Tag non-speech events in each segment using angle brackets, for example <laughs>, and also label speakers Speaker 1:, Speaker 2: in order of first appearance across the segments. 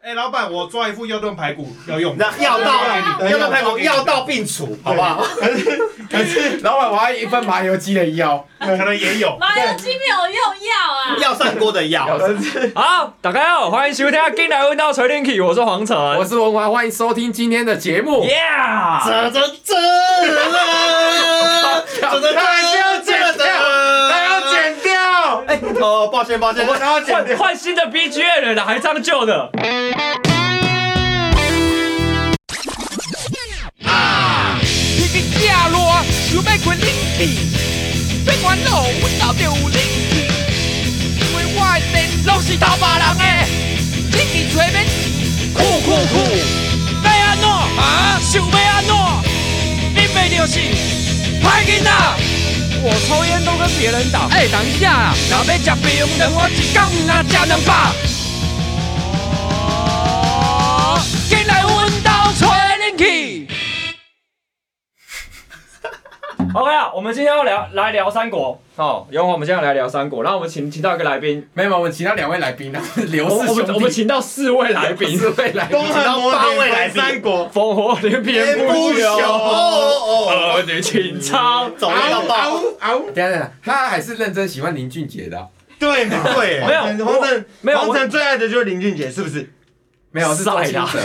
Speaker 1: 哎，老板，我抓一副要炖排骨要用，
Speaker 2: 那药到药到排骨，药到病除，好不好？
Speaker 3: 可是老板，我要一份麻油鸡的药，
Speaker 1: 可能也有。
Speaker 4: 麻油鸡没有用药啊，
Speaker 2: 药上锅的药，
Speaker 5: 好，大家好，欢迎收听《进来问到锤炼 k 我是黄晨。
Speaker 3: 我是文华，欢迎收听今天的节目。
Speaker 5: Yeah，
Speaker 2: 这这这了，这这
Speaker 3: 还要哎剪掉，
Speaker 2: 哎，哦，抱歉抱歉，
Speaker 3: 我然后剪
Speaker 5: 换
Speaker 3: 掉。
Speaker 5: 换新的 BGM 了啦，还唱旧的。
Speaker 6: 一个角落想要滚冷气，别管我，我头就有冷气，因为我的电拢是偷别人的，冷气吹免钱，酷酷酷，要安怎啊？想要安怎？你袂就是歹囡仔。我抽烟都跟别人打。哎、等一下啦，若要吃冰糖，我一天若吃两百。哦，进来阮家吹冷气。
Speaker 5: <laughs> OK 啊，我们今天要聊来聊三国哦，然后我们今天要来聊三国，然后我们请请到一个来宾，
Speaker 3: 没有，我们请到两位来宾啊，刘
Speaker 5: 我
Speaker 3: 氏
Speaker 5: 我
Speaker 3: 兄
Speaker 5: 们
Speaker 3: 弟，
Speaker 5: 我们请到四位来
Speaker 3: <laughs>
Speaker 5: 宾，
Speaker 3: 四位来宾，
Speaker 2: 到八位来三国
Speaker 5: 烽火连
Speaker 2: 天
Speaker 5: 篇
Speaker 2: 不
Speaker 5: 不呃
Speaker 2: 朽，
Speaker 5: 休，
Speaker 2: 哦哦，
Speaker 5: 儿女情长。
Speaker 2: 走了到爆，
Speaker 3: 等一下等一下，他还是认真喜欢林俊杰的啊，
Speaker 2: 对嘛对，
Speaker 5: 没有
Speaker 7: 黄晨，
Speaker 5: 没有
Speaker 7: 黄晨最爱的就是林俊杰，是不是？
Speaker 3: 没有是周星
Speaker 5: 晒啦
Speaker 3: 哲，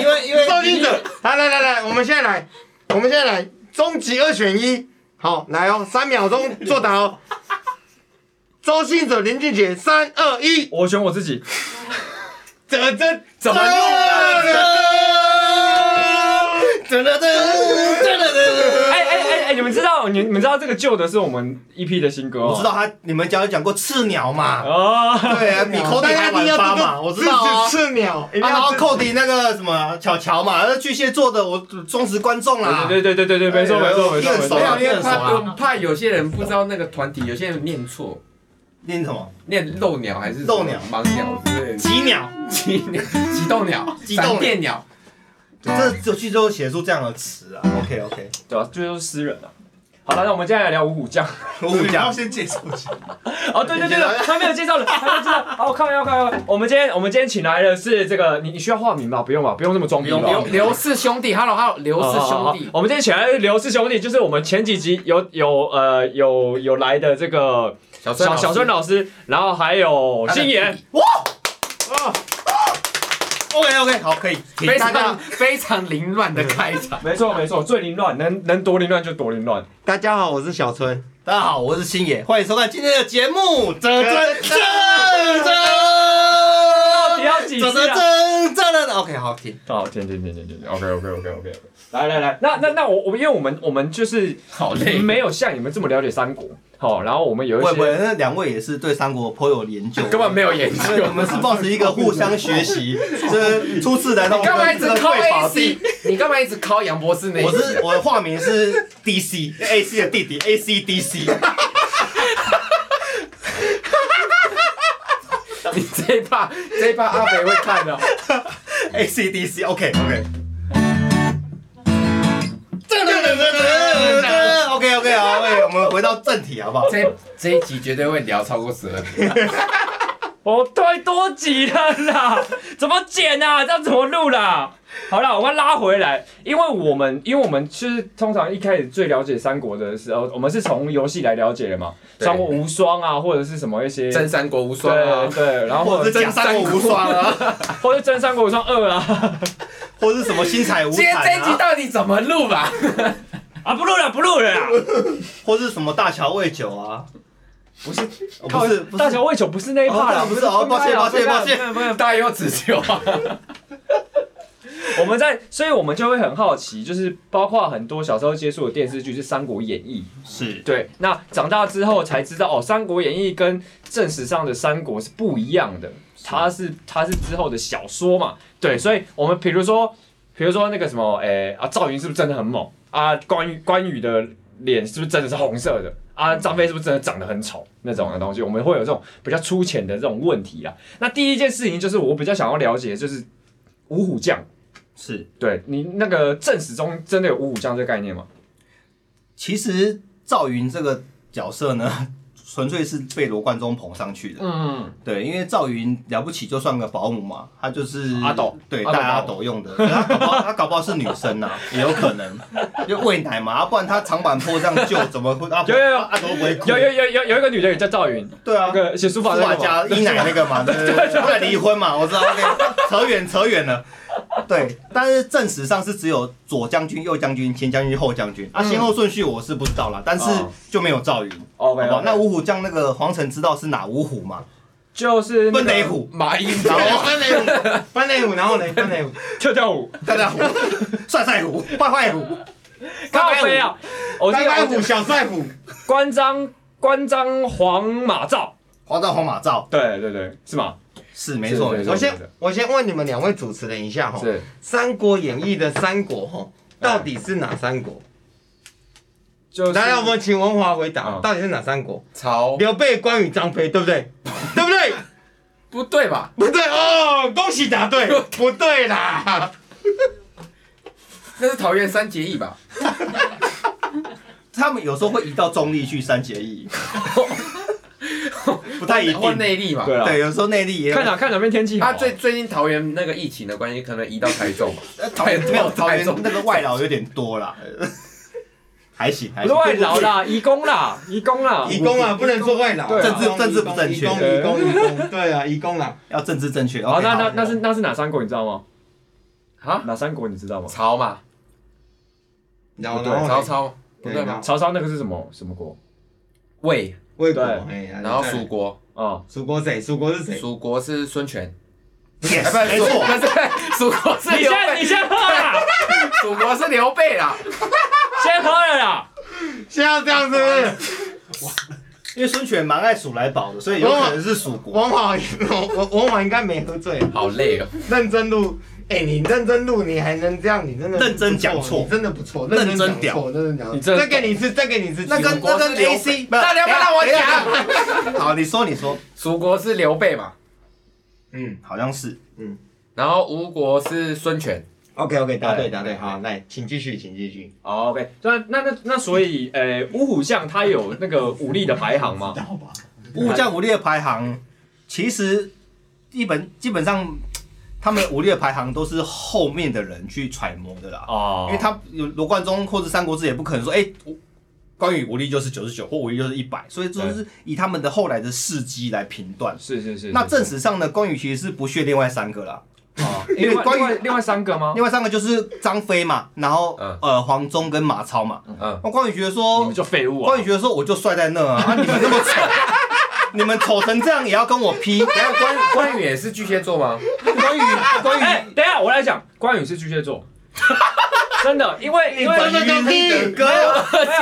Speaker 2: 因
Speaker 7: <laughs>
Speaker 2: 为因为
Speaker 7: 周星哲，来来来来，我们现在来，我们现在来，终极二选一，好，来哦，三秒钟作答哦。周星哲、林俊杰，三二一，
Speaker 5: 我选我自己，
Speaker 7: 怎怎
Speaker 3: 怎么弄啊？
Speaker 2: 噔噔噔噔噔噔，
Speaker 5: 哎哎哎哎，你们知道你你们知道这个旧的是我们 EP 的新歌哦，
Speaker 2: 我知道他你们讲讲过刺鸟嘛，
Speaker 5: 哦，
Speaker 2: 对啊，比口
Speaker 7: 大
Speaker 2: 袋
Speaker 7: 家
Speaker 2: 还
Speaker 7: 一定哎
Speaker 2: 晚
Speaker 7: 要
Speaker 2: 发
Speaker 7: 这
Speaker 2: 嘛，
Speaker 7: 个，
Speaker 2: 我知道啊
Speaker 1: 哦
Speaker 7: 是。刺鸟，一定
Speaker 2: 啊，
Speaker 7: 要
Speaker 2: 然后
Speaker 7: 知
Speaker 2: 扣底那个什么巧巧嘛，那巨蟹座的，我忠实观众啊啦。
Speaker 5: <laughs> 对对对对对哦对，没啊错没错没错没
Speaker 2: 哎
Speaker 3: 没
Speaker 2: 呀
Speaker 3: 有，因
Speaker 5: 错，
Speaker 3: 为
Speaker 2: 这个手
Speaker 3: 怕怕有些人不知道那个团体，有些人念错，
Speaker 2: 念什么？
Speaker 3: 念漏鸟还是
Speaker 2: 漏鸟
Speaker 3: 盲鸟之类的，
Speaker 2: 几鸟？
Speaker 3: 急鸟、急冻鸟、
Speaker 2: 急冻鸟
Speaker 3: 闪电鸟，
Speaker 2: 这就去之后写出这样的词啊。OK <laughs> OK，
Speaker 5: 对啊，这就是诗人啊。好了，那我们接下来聊五虎将。
Speaker 2: 我
Speaker 1: 你要
Speaker 2: 讲
Speaker 1: 先介绍一下，
Speaker 5: <laughs> 哦，对对对对，还没有介绍了，还没有介绍。好，看一下看一下，我们今天我们今天请来的是这个，你你需要化名吧？不用吧，不用那么装逼吧？
Speaker 3: 刘刘氏兄弟，Hello Hello，刘氏兄
Speaker 5: 好好好
Speaker 3: 弟，
Speaker 5: 我们今天请来的是刘氏兄弟，就是我们前几集有有呃有有来的这个
Speaker 3: 小
Speaker 5: 哦小小孙老师，然后还有星爷，
Speaker 2: OK OK，好，可以。请
Speaker 5: <laughs>
Speaker 3: 非
Speaker 2: 大家
Speaker 3: 常非常凌乱的开场。
Speaker 5: 没错没错，最凌乱，能能多凌乱就多凌乱。
Speaker 7: 大家好，我是小春。
Speaker 2: 大家好，我是星野，欢迎收看今天的节目。噔噔噔噔
Speaker 5: 到底要几
Speaker 2: 噔
Speaker 5: 次
Speaker 2: 噔
Speaker 5: 啊？
Speaker 2: 噔噔噔。OK，好，停。
Speaker 5: 好，停停停停停，OK OK OK OK，来来来，那那那我我因为我们我们就是嗯
Speaker 3: 好累
Speaker 5: 没有像你们这么了解三国，好，然后我们有一
Speaker 2: 喂
Speaker 5: 些
Speaker 2: 喂，那两位也是对三国颇有研究，
Speaker 3: 根本没有研
Speaker 2: 因为我
Speaker 3: 究。
Speaker 2: 们是抱着一个互相学
Speaker 3: <laughs>
Speaker 2: 习，这初次来到
Speaker 3: 你
Speaker 2: 我
Speaker 3: 干嘛
Speaker 2: 们
Speaker 3: 一直
Speaker 2: 这个
Speaker 3: 靠
Speaker 2: 贵宝地
Speaker 3: A C？。你干嘛一直靠杨博士那一
Speaker 2: 我
Speaker 3: 集
Speaker 2: 是
Speaker 3: 啊？
Speaker 2: 我的化名是 DC AC 的弟弟 ACDC，
Speaker 3: 你这一趴这一趴阿肥会看的。 <laughs>
Speaker 2: A C D C OK OK。OK OK 好，喂，我们回到正题好不好？
Speaker 3: 这这一集绝对会聊超过十二遍。
Speaker 5: 我推哦多集了啦， <laughs> 怎么剪啊？这样怎么录啦？好啦，我们拉回来，因为我们因为我们就是通常一开始最了解三国的时候，我们是从游戏来了解的嘛，
Speaker 3: 对
Speaker 5: 三国无双啊，或者是什么一些
Speaker 3: 真三国无双啊
Speaker 5: 对，对，然后
Speaker 2: 或
Speaker 5: 或
Speaker 2: 者
Speaker 5: 者
Speaker 2: 是假三国无双啊，
Speaker 5: 或者是真三国无双二啊
Speaker 2: 或者是什么新彩无
Speaker 3: 今天这
Speaker 2: 彩
Speaker 3: 一集
Speaker 2: 啊，
Speaker 3: 到底怎么录吧？
Speaker 5: 啊，不录了不录了啦，
Speaker 2: 或是什么大乔喂酒啊，
Speaker 5: 不是
Speaker 2: 哦不是不
Speaker 5: 大
Speaker 2: 是
Speaker 5: 乔喂酒不是那一趴啦，
Speaker 2: 哦不是哦抱歉抱歉抱歉，
Speaker 5: 不是
Speaker 3: <laughs> 大有子就啊，
Speaker 5: 我们在，所以我们就会很好奇，就是包括很多小时候接触的电视剧是《三国演义》，
Speaker 2: 是
Speaker 5: 对。那长大之后才知道，哦，《三国演义》跟正史上的三国是不一样的，它是它是之后的小说嘛，对。所以我们比如说，比如说那个什么，诶、啊，赵云是不是真的很猛啊？关羽关羽的脸是不是真的是红色的？啊，张飞是不是真的长得很丑那种的东西？我们会有这种比较粗浅的这种问题啊。那第一件事情就是我比较想要了解的就是五虎将。
Speaker 2: 是，
Speaker 5: 对你那个正史中真的有五虎将这个概念吗？
Speaker 2: 其实赵云这个角色呢，纯粹是被罗贯中捧上去的。
Speaker 5: 嗯，
Speaker 2: 对，因为赵云了不起就算个保姆嘛，他就是
Speaker 5: 阿斗
Speaker 2: 对，
Speaker 5: 阿斗
Speaker 2: 带阿
Speaker 5: 保姆
Speaker 2: 斗用的。可是他搞不好他搞不好是女生
Speaker 5: <laughs>
Speaker 2: 呐、也有可能，就喂奶嘛，啊不然他长坂坡这样救，怎么
Speaker 5: <laughs>
Speaker 2: 会？啊、
Speaker 5: 有有有
Speaker 2: 阿斗不会哭。
Speaker 5: 有有有有有一个女的也叫赵云，
Speaker 2: 对啊
Speaker 5: 那，个写书法
Speaker 2: 书
Speaker 5: 那
Speaker 2: 法
Speaker 5: 个嘛，
Speaker 2: 家一奶那
Speaker 5: <laughs>
Speaker 2: 个嘛，对对对，后来离婚嘛，我知道。OK，扯远扯远了。对，但是正史上是只有左将军、右将军、前将军、后将军啊，先后顺序我是不知道啦，但是
Speaker 5: 嗯哦
Speaker 2: 就没有赵云。
Speaker 5: OK，
Speaker 2: 好吧
Speaker 5: OK
Speaker 2: 那五虎将那个黄成知道是哪五虎吗？
Speaker 5: 就是那
Speaker 2: 奔
Speaker 5: 个
Speaker 2: 雷虎，
Speaker 8: 马英
Speaker 2: <laughs>
Speaker 8: 九
Speaker 2: 然后
Speaker 1: 翻雷舞，翻雷舞，然后呢，翻雷舞，
Speaker 5: 跳跳舞，
Speaker 2: 大家虎、帅帅虎、坏坏虎，
Speaker 5: 靠背啊！我这
Speaker 1: 翻白
Speaker 5: 个我这
Speaker 1: 虎，
Speaker 5: 个
Speaker 1: 小帅虎，
Speaker 5: 关张关张黄马赵，
Speaker 2: 黄章黄马照
Speaker 5: 对对对，是吗？
Speaker 2: 是没错
Speaker 5: 是
Speaker 2: 没
Speaker 5: 是
Speaker 2: 错
Speaker 1: 我
Speaker 5: 是。
Speaker 1: 先我先问你们两位主持人一下哈，《
Speaker 5: 是
Speaker 1: 三国演义》的三国哈，到底是哪三国？
Speaker 5: 就是
Speaker 1: 来，我们请文华回答，
Speaker 5: 嗯
Speaker 1: 到底是哪三国？
Speaker 8: 曹
Speaker 1: 刘备、关羽、张飞，对不 <laughs> 对？对不对？
Speaker 8: 不对吧？
Speaker 1: 不对哦，恭喜答 <laughs> 对，不对啦。
Speaker 8: 那是讨厌三结义吧？
Speaker 2: 他们有时候会移到中立去三结义，不太一
Speaker 8: 或
Speaker 2: 定。
Speaker 8: 内力嘛？
Speaker 5: 对啊，
Speaker 2: 对，有时候内力也有
Speaker 5: 看哪看哪边天气好啊
Speaker 8: 他最最近桃园那个疫情的关系，可能移到台中嘛。
Speaker 2: 呃桃园
Speaker 8: 太多
Speaker 2: 没有桃
Speaker 8: 太
Speaker 2: 园
Speaker 8: 多
Speaker 2: 那个外劳有点多啦，呃还行还
Speaker 5: 不
Speaker 2: 行
Speaker 5: 是。外劳啦，移工啦，移工啦，
Speaker 1: 移工啊，不能说外劳。
Speaker 5: 对啊
Speaker 2: 政治政治不正确
Speaker 1: 移工，移工，移工，对啊，移工啦。
Speaker 2: 要政治正确。
Speaker 5: 好，
Speaker 2: OK，好
Speaker 5: 那那那是那是哪三国你知道吗？
Speaker 8: 啊，
Speaker 5: 哪三国你知道吗？
Speaker 8: 曹嘛，
Speaker 1: 然后，
Speaker 5: 对
Speaker 1: 然
Speaker 8: 曹
Speaker 1: 后呢，
Speaker 8: 操不对吗？
Speaker 5: 曹操那个是什么什么国
Speaker 8: 魏，
Speaker 1: 魏国，
Speaker 5: 对
Speaker 1: 哎呀
Speaker 8: 然后蜀，国，
Speaker 5: 啊？
Speaker 1: 蜀国谁？蜀国是谁？
Speaker 8: 蜀国是孙权，
Speaker 2: Yes，
Speaker 8: 哎
Speaker 2: 没
Speaker 8: 不是
Speaker 2: 错，
Speaker 3: <laughs>
Speaker 8: 不是蜀国是
Speaker 5: 你
Speaker 8: 刘
Speaker 5: 先你
Speaker 8: 备，
Speaker 5: 先喝啦，
Speaker 8: 蜀国是刘备啦。
Speaker 5: 先喝了啦。
Speaker 1: 现在这样子，
Speaker 2: 因为孙权蛮爱蜀来宝的，所以有可能是蜀国。
Speaker 1: 王华，王王华应该没喝醉，
Speaker 8: 好累哦，
Speaker 1: 认真录。哎，你认真录，你还能这样，你真的
Speaker 2: 认真讲错
Speaker 1: 你真的不错，
Speaker 2: 认真
Speaker 1: 真
Speaker 2: 屌
Speaker 1: 讲错，认真讲错。
Speaker 5: 你真的
Speaker 1: 再给你一次，再给你一次机会。
Speaker 2: 那跟那跟 A C，
Speaker 8: 大家不要让我讲。
Speaker 2: 讲。好，你说你说，
Speaker 8: 蜀国是刘备嘛，
Speaker 1: 嗯
Speaker 2: 好像是
Speaker 8: 然后吴国是孙权，
Speaker 1: ，OK OK，答对答对，好，来，请继续，请继续。
Speaker 5: 哦，OK，那那那那所以，呃，五虎将它有那个武力的排
Speaker 1: <laughs>
Speaker 5: 行吗？
Speaker 2: 武将武力的排行，其实基本基本上他们武力的排行都是后面的人去揣摩的啦。
Speaker 5: 哦
Speaker 2: 因为他有罗贯中或者《三国志》也不可能说，哎、我关羽武力就是九十九，或武力就是一百，所以就是以他们的后来的事迹来评断。
Speaker 5: 是是是，
Speaker 2: 那
Speaker 5: 是
Speaker 2: 正史上呢，关羽其实是不屑另外三个啦，
Speaker 5: 哦
Speaker 2: 因为
Speaker 5: 另外
Speaker 2: 关于
Speaker 5: 另外另外三个
Speaker 1: 哦
Speaker 5: 吗？
Speaker 2: 另外三个就是张飞嘛，然后、
Speaker 8: 嗯
Speaker 2: 呃黄忠跟马超嘛。
Speaker 8: 嗯，
Speaker 2: 那关羽觉得
Speaker 5: 你
Speaker 2: 说
Speaker 5: 们，就废物啊！
Speaker 2: 关羽觉得说我就帅在那啊，啊你们那么丑，你们丑成这样也要跟我拼？
Speaker 8: 然后关关羽也是巨蟹座
Speaker 3: <laughs>
Speaker 8: 吗？
Speaker 2: 关羽关羽
Speaker 5: <laughs> 哎，等一下我来讲，关羽是巨蟹座，真的，因为因为
Speaker 1: 真的跟
Speaker 2: 你
Speaker 1: 屁
Speaker 2: 哥，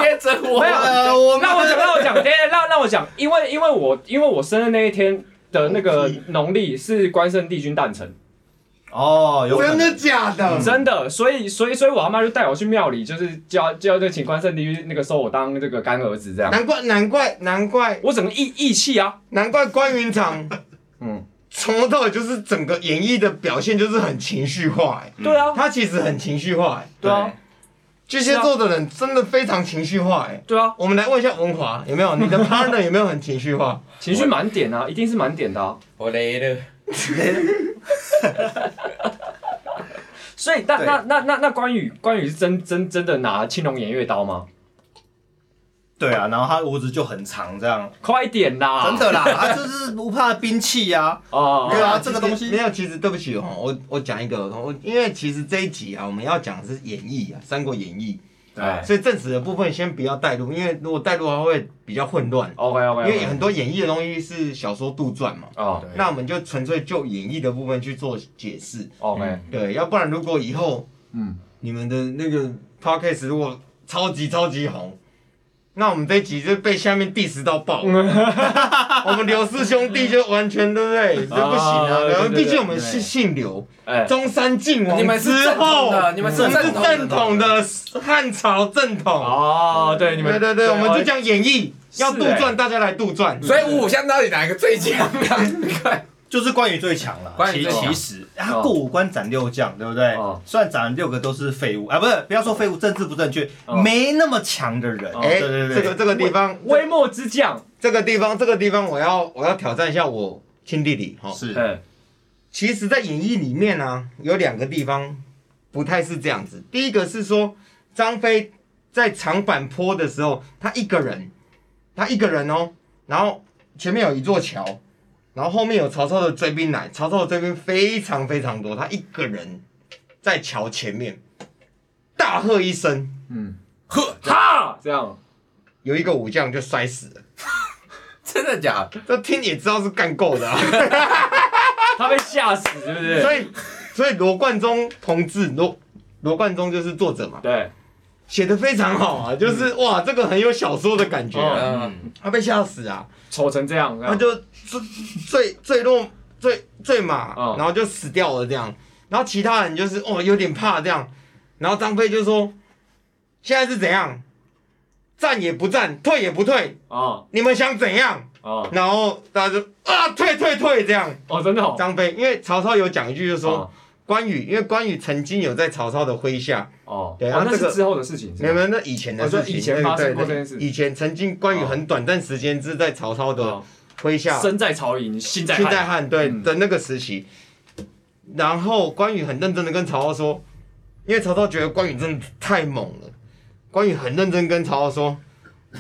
Speaker 8: 接着我
Speaker 5: 没有
Speaker 2: 呃，我们
Speaker 5: 让我讲，
Speaker 2: <laughs>
Speaker 5: 让我讲，等一下让让我讲，因为因为我因为我生日那一天的那个农历是关圣帝君诞辰，
Speaker 2: 哦，有可能
Speaker 1: 真的假的？
Speaker 2: 嗯
Speaker 5: 真的，所以所以所以我阿妈就带我去庙里，就是叫叫就请关圣帝君那个收我当这个干儿子这样，
Speaker 1: 难怪难怪难怪
Speaker 5: 我整个义义气啊，
Speaker 1: 难怪关云长，
Speaker 5: 嗯
Speaker 1: 嗯，从头到尾就是整个演绎的表现就是很情绪化、哎，
Speaker 5: 对啊，
Speaker 1: 他其实很情绪化、哎，
Speaker 5: 对啊，
Speaker 1: 巨蟹座的人真的非常情绪化、哎，
Speaker 5: 对啊，
Speaker 1: 我们来问一下文华有没有你
Speaker 2: <laughs>
Speaker 1: 的 partner 有没有很情绪化？
Speaker 5: 情绪满点啊，一定是满点的、啊。
Speaker 8: 我累了，
Speaker 5: 所以那
Speaker 2: 对
Speaker 5: 那那那那关羽关羽是真真真的拿青龙偃月刀吗？
Speaker 2: 对啊，然后他的胡子就很长，这样
Speaker 5: 快点
Speaker 1: 啊
Speaker 5: 啦！
Speaker 2: 真的啦，他就是不怕兵器呀。
Speaker 5: 哦
Speaker 2: 没有啊
Speaker 1: 其实
Speaker 2: 这个东西
Speaker 1: 没有。其实对不起哦，我我讲一个，我因为其实这一集啊，我们要讲的是演绎啊，《三国演义啊
Speaker 5: 对》，
Speaker 1: 所以正史的部分先不要带入，因为如果带入的话会比较混乱，
Speaker 5: ，OK
Speaker 1: 因
Speaker 5: OK，
Speaker 1: 为很多演绎的东西是小说杜撰嘛。
Speaker 5: 哦
Speaker 1: 那我们就纯粹就演绎的部分去做解释，
Speaker 5: OK，
Speaker 1: 对，要不然如果以后
Speaker 5: 嗯，
Speaker 1: 你们的那个 podcast 如果超级超级红，那我们这一集就被下面 diss 到
Speaker 5: <laughs>
Speaker 1: 爆，我们刘氏兄弟就完全对不对？这不行
Speaker 5: <laughs> 啊
Speaker 1: 啊，
Speaker 5: 对对
Speaker 1: 然后毕
Speaker 5: 对
Speaker 1: 竟我们
Speaker 2: 对
Speaker 1: 是姓刘，
Speaker 5: 哎，
Speaker 1: 中山靖王
Speaker 8: 你们是
Speaker 1: 之
Speaker 8: 正统
Speaker 1: 后，
Speaker 8: 的，你们是
Speaker 1: 我们
Speaker 8: 正
Speaker 1: 是
Speaker 8: 统
Speaker 1: 正
Speaker 8: 的。
Speaker 1: 统的汉朝正统。
Speaker 5: 哦，对，你们
Speaker 1: 对对对，我哎们就讲演绎，要
Speaker 5: 是
Speaker 1: 杜
Speaker 5: 欸
Speaker 1: 撰，大家来杜撰。
Speaker 8: 所以五虎将到底哪一个最强啊？你看，
Speaker 2: 就是关羽最强了。
Speaker 3: 关羽
Speaker 2: 其
Speaker 3: 最强
Speaker 2: 其实他过五关斩六将，对不对
Speaker 5: 哦？
Speaker 2: 虽然斩了六个都是废物啊，不是，不要说废物，政治不正确
Speaker 5: 哦，
Speaker 2: 没那么强的人。
Speaker 5: 哦
Speaker 1: 哎，
Speaker 2: 对对对，
Speaker 1: 这个这个地方，
Speaker 5: 微末之将，
Speaker 1: 这个地方，这个地方，我要我要挑战一下我亲弟弟哈。齁
Speaker 2: 是
Speaker 5: 嗯，
Speaker 1: 其实，在演义里面呢、有两个地方不太是这样子。第一个是说，张飞在长坂坡的时候，他一个人，他一个人哦，然后前面有一座桥，然后后面有曹操的追兵来，曹操的追兵非常非常多，他一个人在桥前面大喝一声，
Speaker 3: 呵，
Speaker 5: 哈，这样
Speaker 1: 有一个武将就摔死了。
Speaker 3: <laughs> 真的假的？
Speaker 1: 这听也知道是干够的啊。
Speaker 5: 他被吓死，是不是？
Speaker 1: 所以，所以罗贯中同志，罗罗贯中就是作者嘛，
Speaker 5: 对，
Speaker 1: 写的非常好啊，就是、哇，这个很有小说的感觉啊、
Speaker 3: 嗯，
Speaker 1: 他被吓死啊，
Speaker 5: 哦丑成这样，这
Speaker 1: 他
Speaker 5: 样
Speaker 1: 就坠坠坠落坠坠马、
Speaker 5: 嗯
Speaker 1: 然后就死掉了这样。然后其他人就是哦有点怕这样，然后张飞就说：“现在是怎样？战也不战，退也不退，
Speaker 5: 啊
Speaker 1: 你们想怎样
Speaker 5: 啊？”
Speaker 1: 然后大家就啊退退退这样。
Speaker 5: 哦，真的哦，
Speaker 1: 张飞因为曹操有讲一句就是说。
Speaker 5: 哦
Speaker 1: 关羽，因为关羽曾经有在曹操的麾下，
Speaker 5: 哦，
Speaker 1: 对然
Speaker 5: 哦
Speaker 1: 后
Speaker 5: 那
Speaker 1: 这
Speaker 5: 是
Speaker 1: 个
Speaker 5: 之后的事情，是
Speaker 1: 没
Speaker 5: 吗
Speaker 1: 有没有，那以前的
Speaker 5: 哦就
Speaker 1: 事情，
Speaker 5: 以前发
Speaker 1: 对
Speaker 5: 生过
Speaker 1: 对
Speaker 5: 这件事
Speaker 1: 以前曾经关羽很短暂时间是在曹操的
Speaker 5: 哦
Speaker 1: 麾下，
Speaker 5: 身在曹营心在
Speaker 1: 现在
Speaker 5: 汉，
Speaker 1: 汉对
Speaker 5: 嗯
Speaker 1: 的那个时期。然后关羽很认真的跟曹操说，因为曹操觉得关羽真的太猛了，关羽很认真跟曹操说，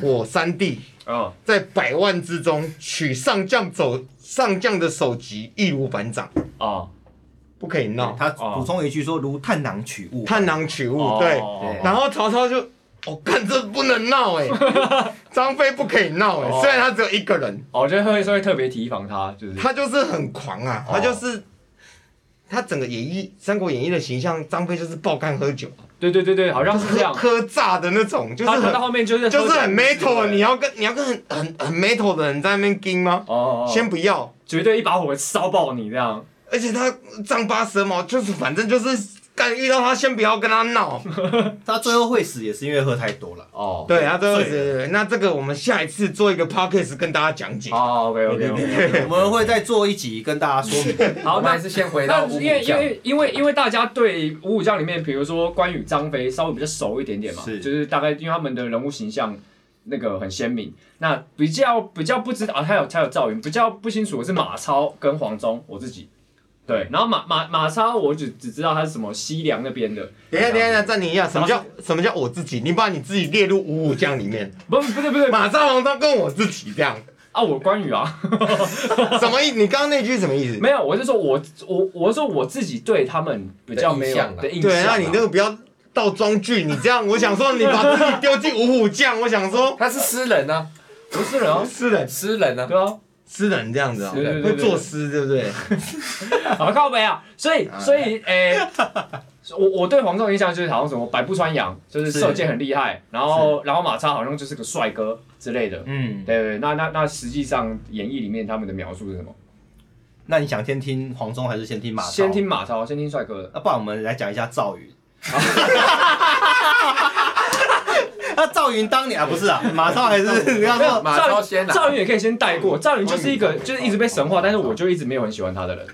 Speaker 1: 我三弟
Speaker 5: 嗯，
Speaker 1: 在百万之中取上将走上将的首级，易如反掌，
Speaker 5: 哦，
Speaker 1: 不可以闹，
Speaker 2: 他补充一句说：“如探囊取物。”
Speaker 1: 探囊取物，
Speaker 5: 哦
Speaker 1: 对。
Speaker 5: 哦
Speaker 1: 然后曹操就，我、看这不能闹
Speaker 5: <laughs>
Speaker 1: 哎、张飞不可以闹
Speaker 5: 哦
Speaker 1: 哎、虽然他只有一个人，
Speaker 5: 哦，我觉得会会特别提防他，就是
Speaker 1: 他就是很狂啊，
Speaker 5: 哦
Speaker 1: 他就是他整个演义《三国演义》的形象，张飞就是爆肝喝酒，
Speaker 5: 对对对对，好像是这
Speaker 1: 喝
Speaker 5: 样，
Speaker 1: 喝炸的那种，就是
Speaker 5: 哦他他到
Speaker 1: 很
Speaker 5: 后面就是
Speaker 1: 就是很 metal，你
Speaker 5: 要
Speaker 1: 要跟你要跟很很很 metal 的人在那边跟吗？
Speaker 5: 哦，
Speaker 1: 先
Speaker 5: 先
Speaker 1: 不要，
Speaker 5: 绝对一把火烧爆你这样，
Speaker 1: 而且他丈八蛇矛，就是反正就是。干遇到他，先不要跟他闹。
Speaker 2: 他最后会死也是因为喝太多
Speaker 5: <laughs>
Speaker 2: 了。
Speaker 5: 哦，
Speaker 1: 对，他这个
Speaker 2: 醉
Speaker 1: 是，那这个我们下一次做一个 podcast 跟大家讲解。
Speaker 5: 好，OK OK OK，
Speaker 2: 我们会再做一集跟大家说明。
Speaker 3: 好，
Speaker 5: <laughs> 好，
Speaker 3: 那
Speaker 5: 那
Speaker 3: 还是先回到
Speaker 5: 那
Speaker 3: 五
Speaker 5: 因为
Speaker 3: 虎
Speaker 5: 因
Speaker 3: 将。
Speaker 5: 为因为因为大家对五虎将里面，比如说关羽、张飞稍微比较熟一点点嘛，
Speaker 2: 是
Speaker 5: 就是大概因为他们的人物形象那个很鲜明。那比较比较不知道，啊、还有还有赵云，比较不清楚的是马超跟黄忠，我自己。对，然后马马马超，我只只知道他是什么西凉那边的，
Speaker 1: 等哎一下，等一下，暂停一下。什么
Speaker 5: 然
Speaker 1: 叫什么叫我自己？你把你自己列入五虎将里面，
Speaker 5: 不不对不对
Speaker 1: 马上王昭跟我自己这样，
Speaker 5: 啊，我关羽啊， <laughs>
Speaker 1: 什么意？你刚刚那句是什么意思？
Speaker 5: 没有，我是说我我我是说我自己对他们比较没有
Speaker 3: 的印象啊
Speaker 5: 的印象啊、
Speaker 1: 对，那你那个不要倒装句，你这样，我想说你把自己丢进五虎将，我想说
Speaker 3: 他是诗人啊，
Speaker 5: 不是人啊，
Speaker 1: 诗人，
Speaker 3: 诗人啊，
Speaker 5: 对啊，
Speaker 1: 诗人这样子啊，
Speaker 5: 诗人
Speaker 1: 会作诗，对不对？
Speaker 5: 好靠背啊，所以所以诶、我我对黄忠的印象就是好像什么百步穿杨，就是射箭很厉害，然后然后马超好像就是个帅哥之类的。
Speaker 2: 嗯，
Speaker 5: 对对对，那那那实际上演义里面他们的描述是什么？
Speaker 2: 那你想先听黄忠还是先听马超？
Speaker 5: 先听马超，先听帅哥的。
Speaker 2: 那不然我们来讲一下赵云。 <laughs> 那赵云当年啊，不是啊，马上还是你要
Speaker 5: 没有
Speaker 2: 说
Speaker 3: 马
Speaker 5: 赵
Speaker 3: 超
Speaker 5: 云
Speaker 3: 先啊
Speaker 5: 赵云也可以先带过，赵云就是一个就是一直被神化，但是我就一直没有很喜欢他的人。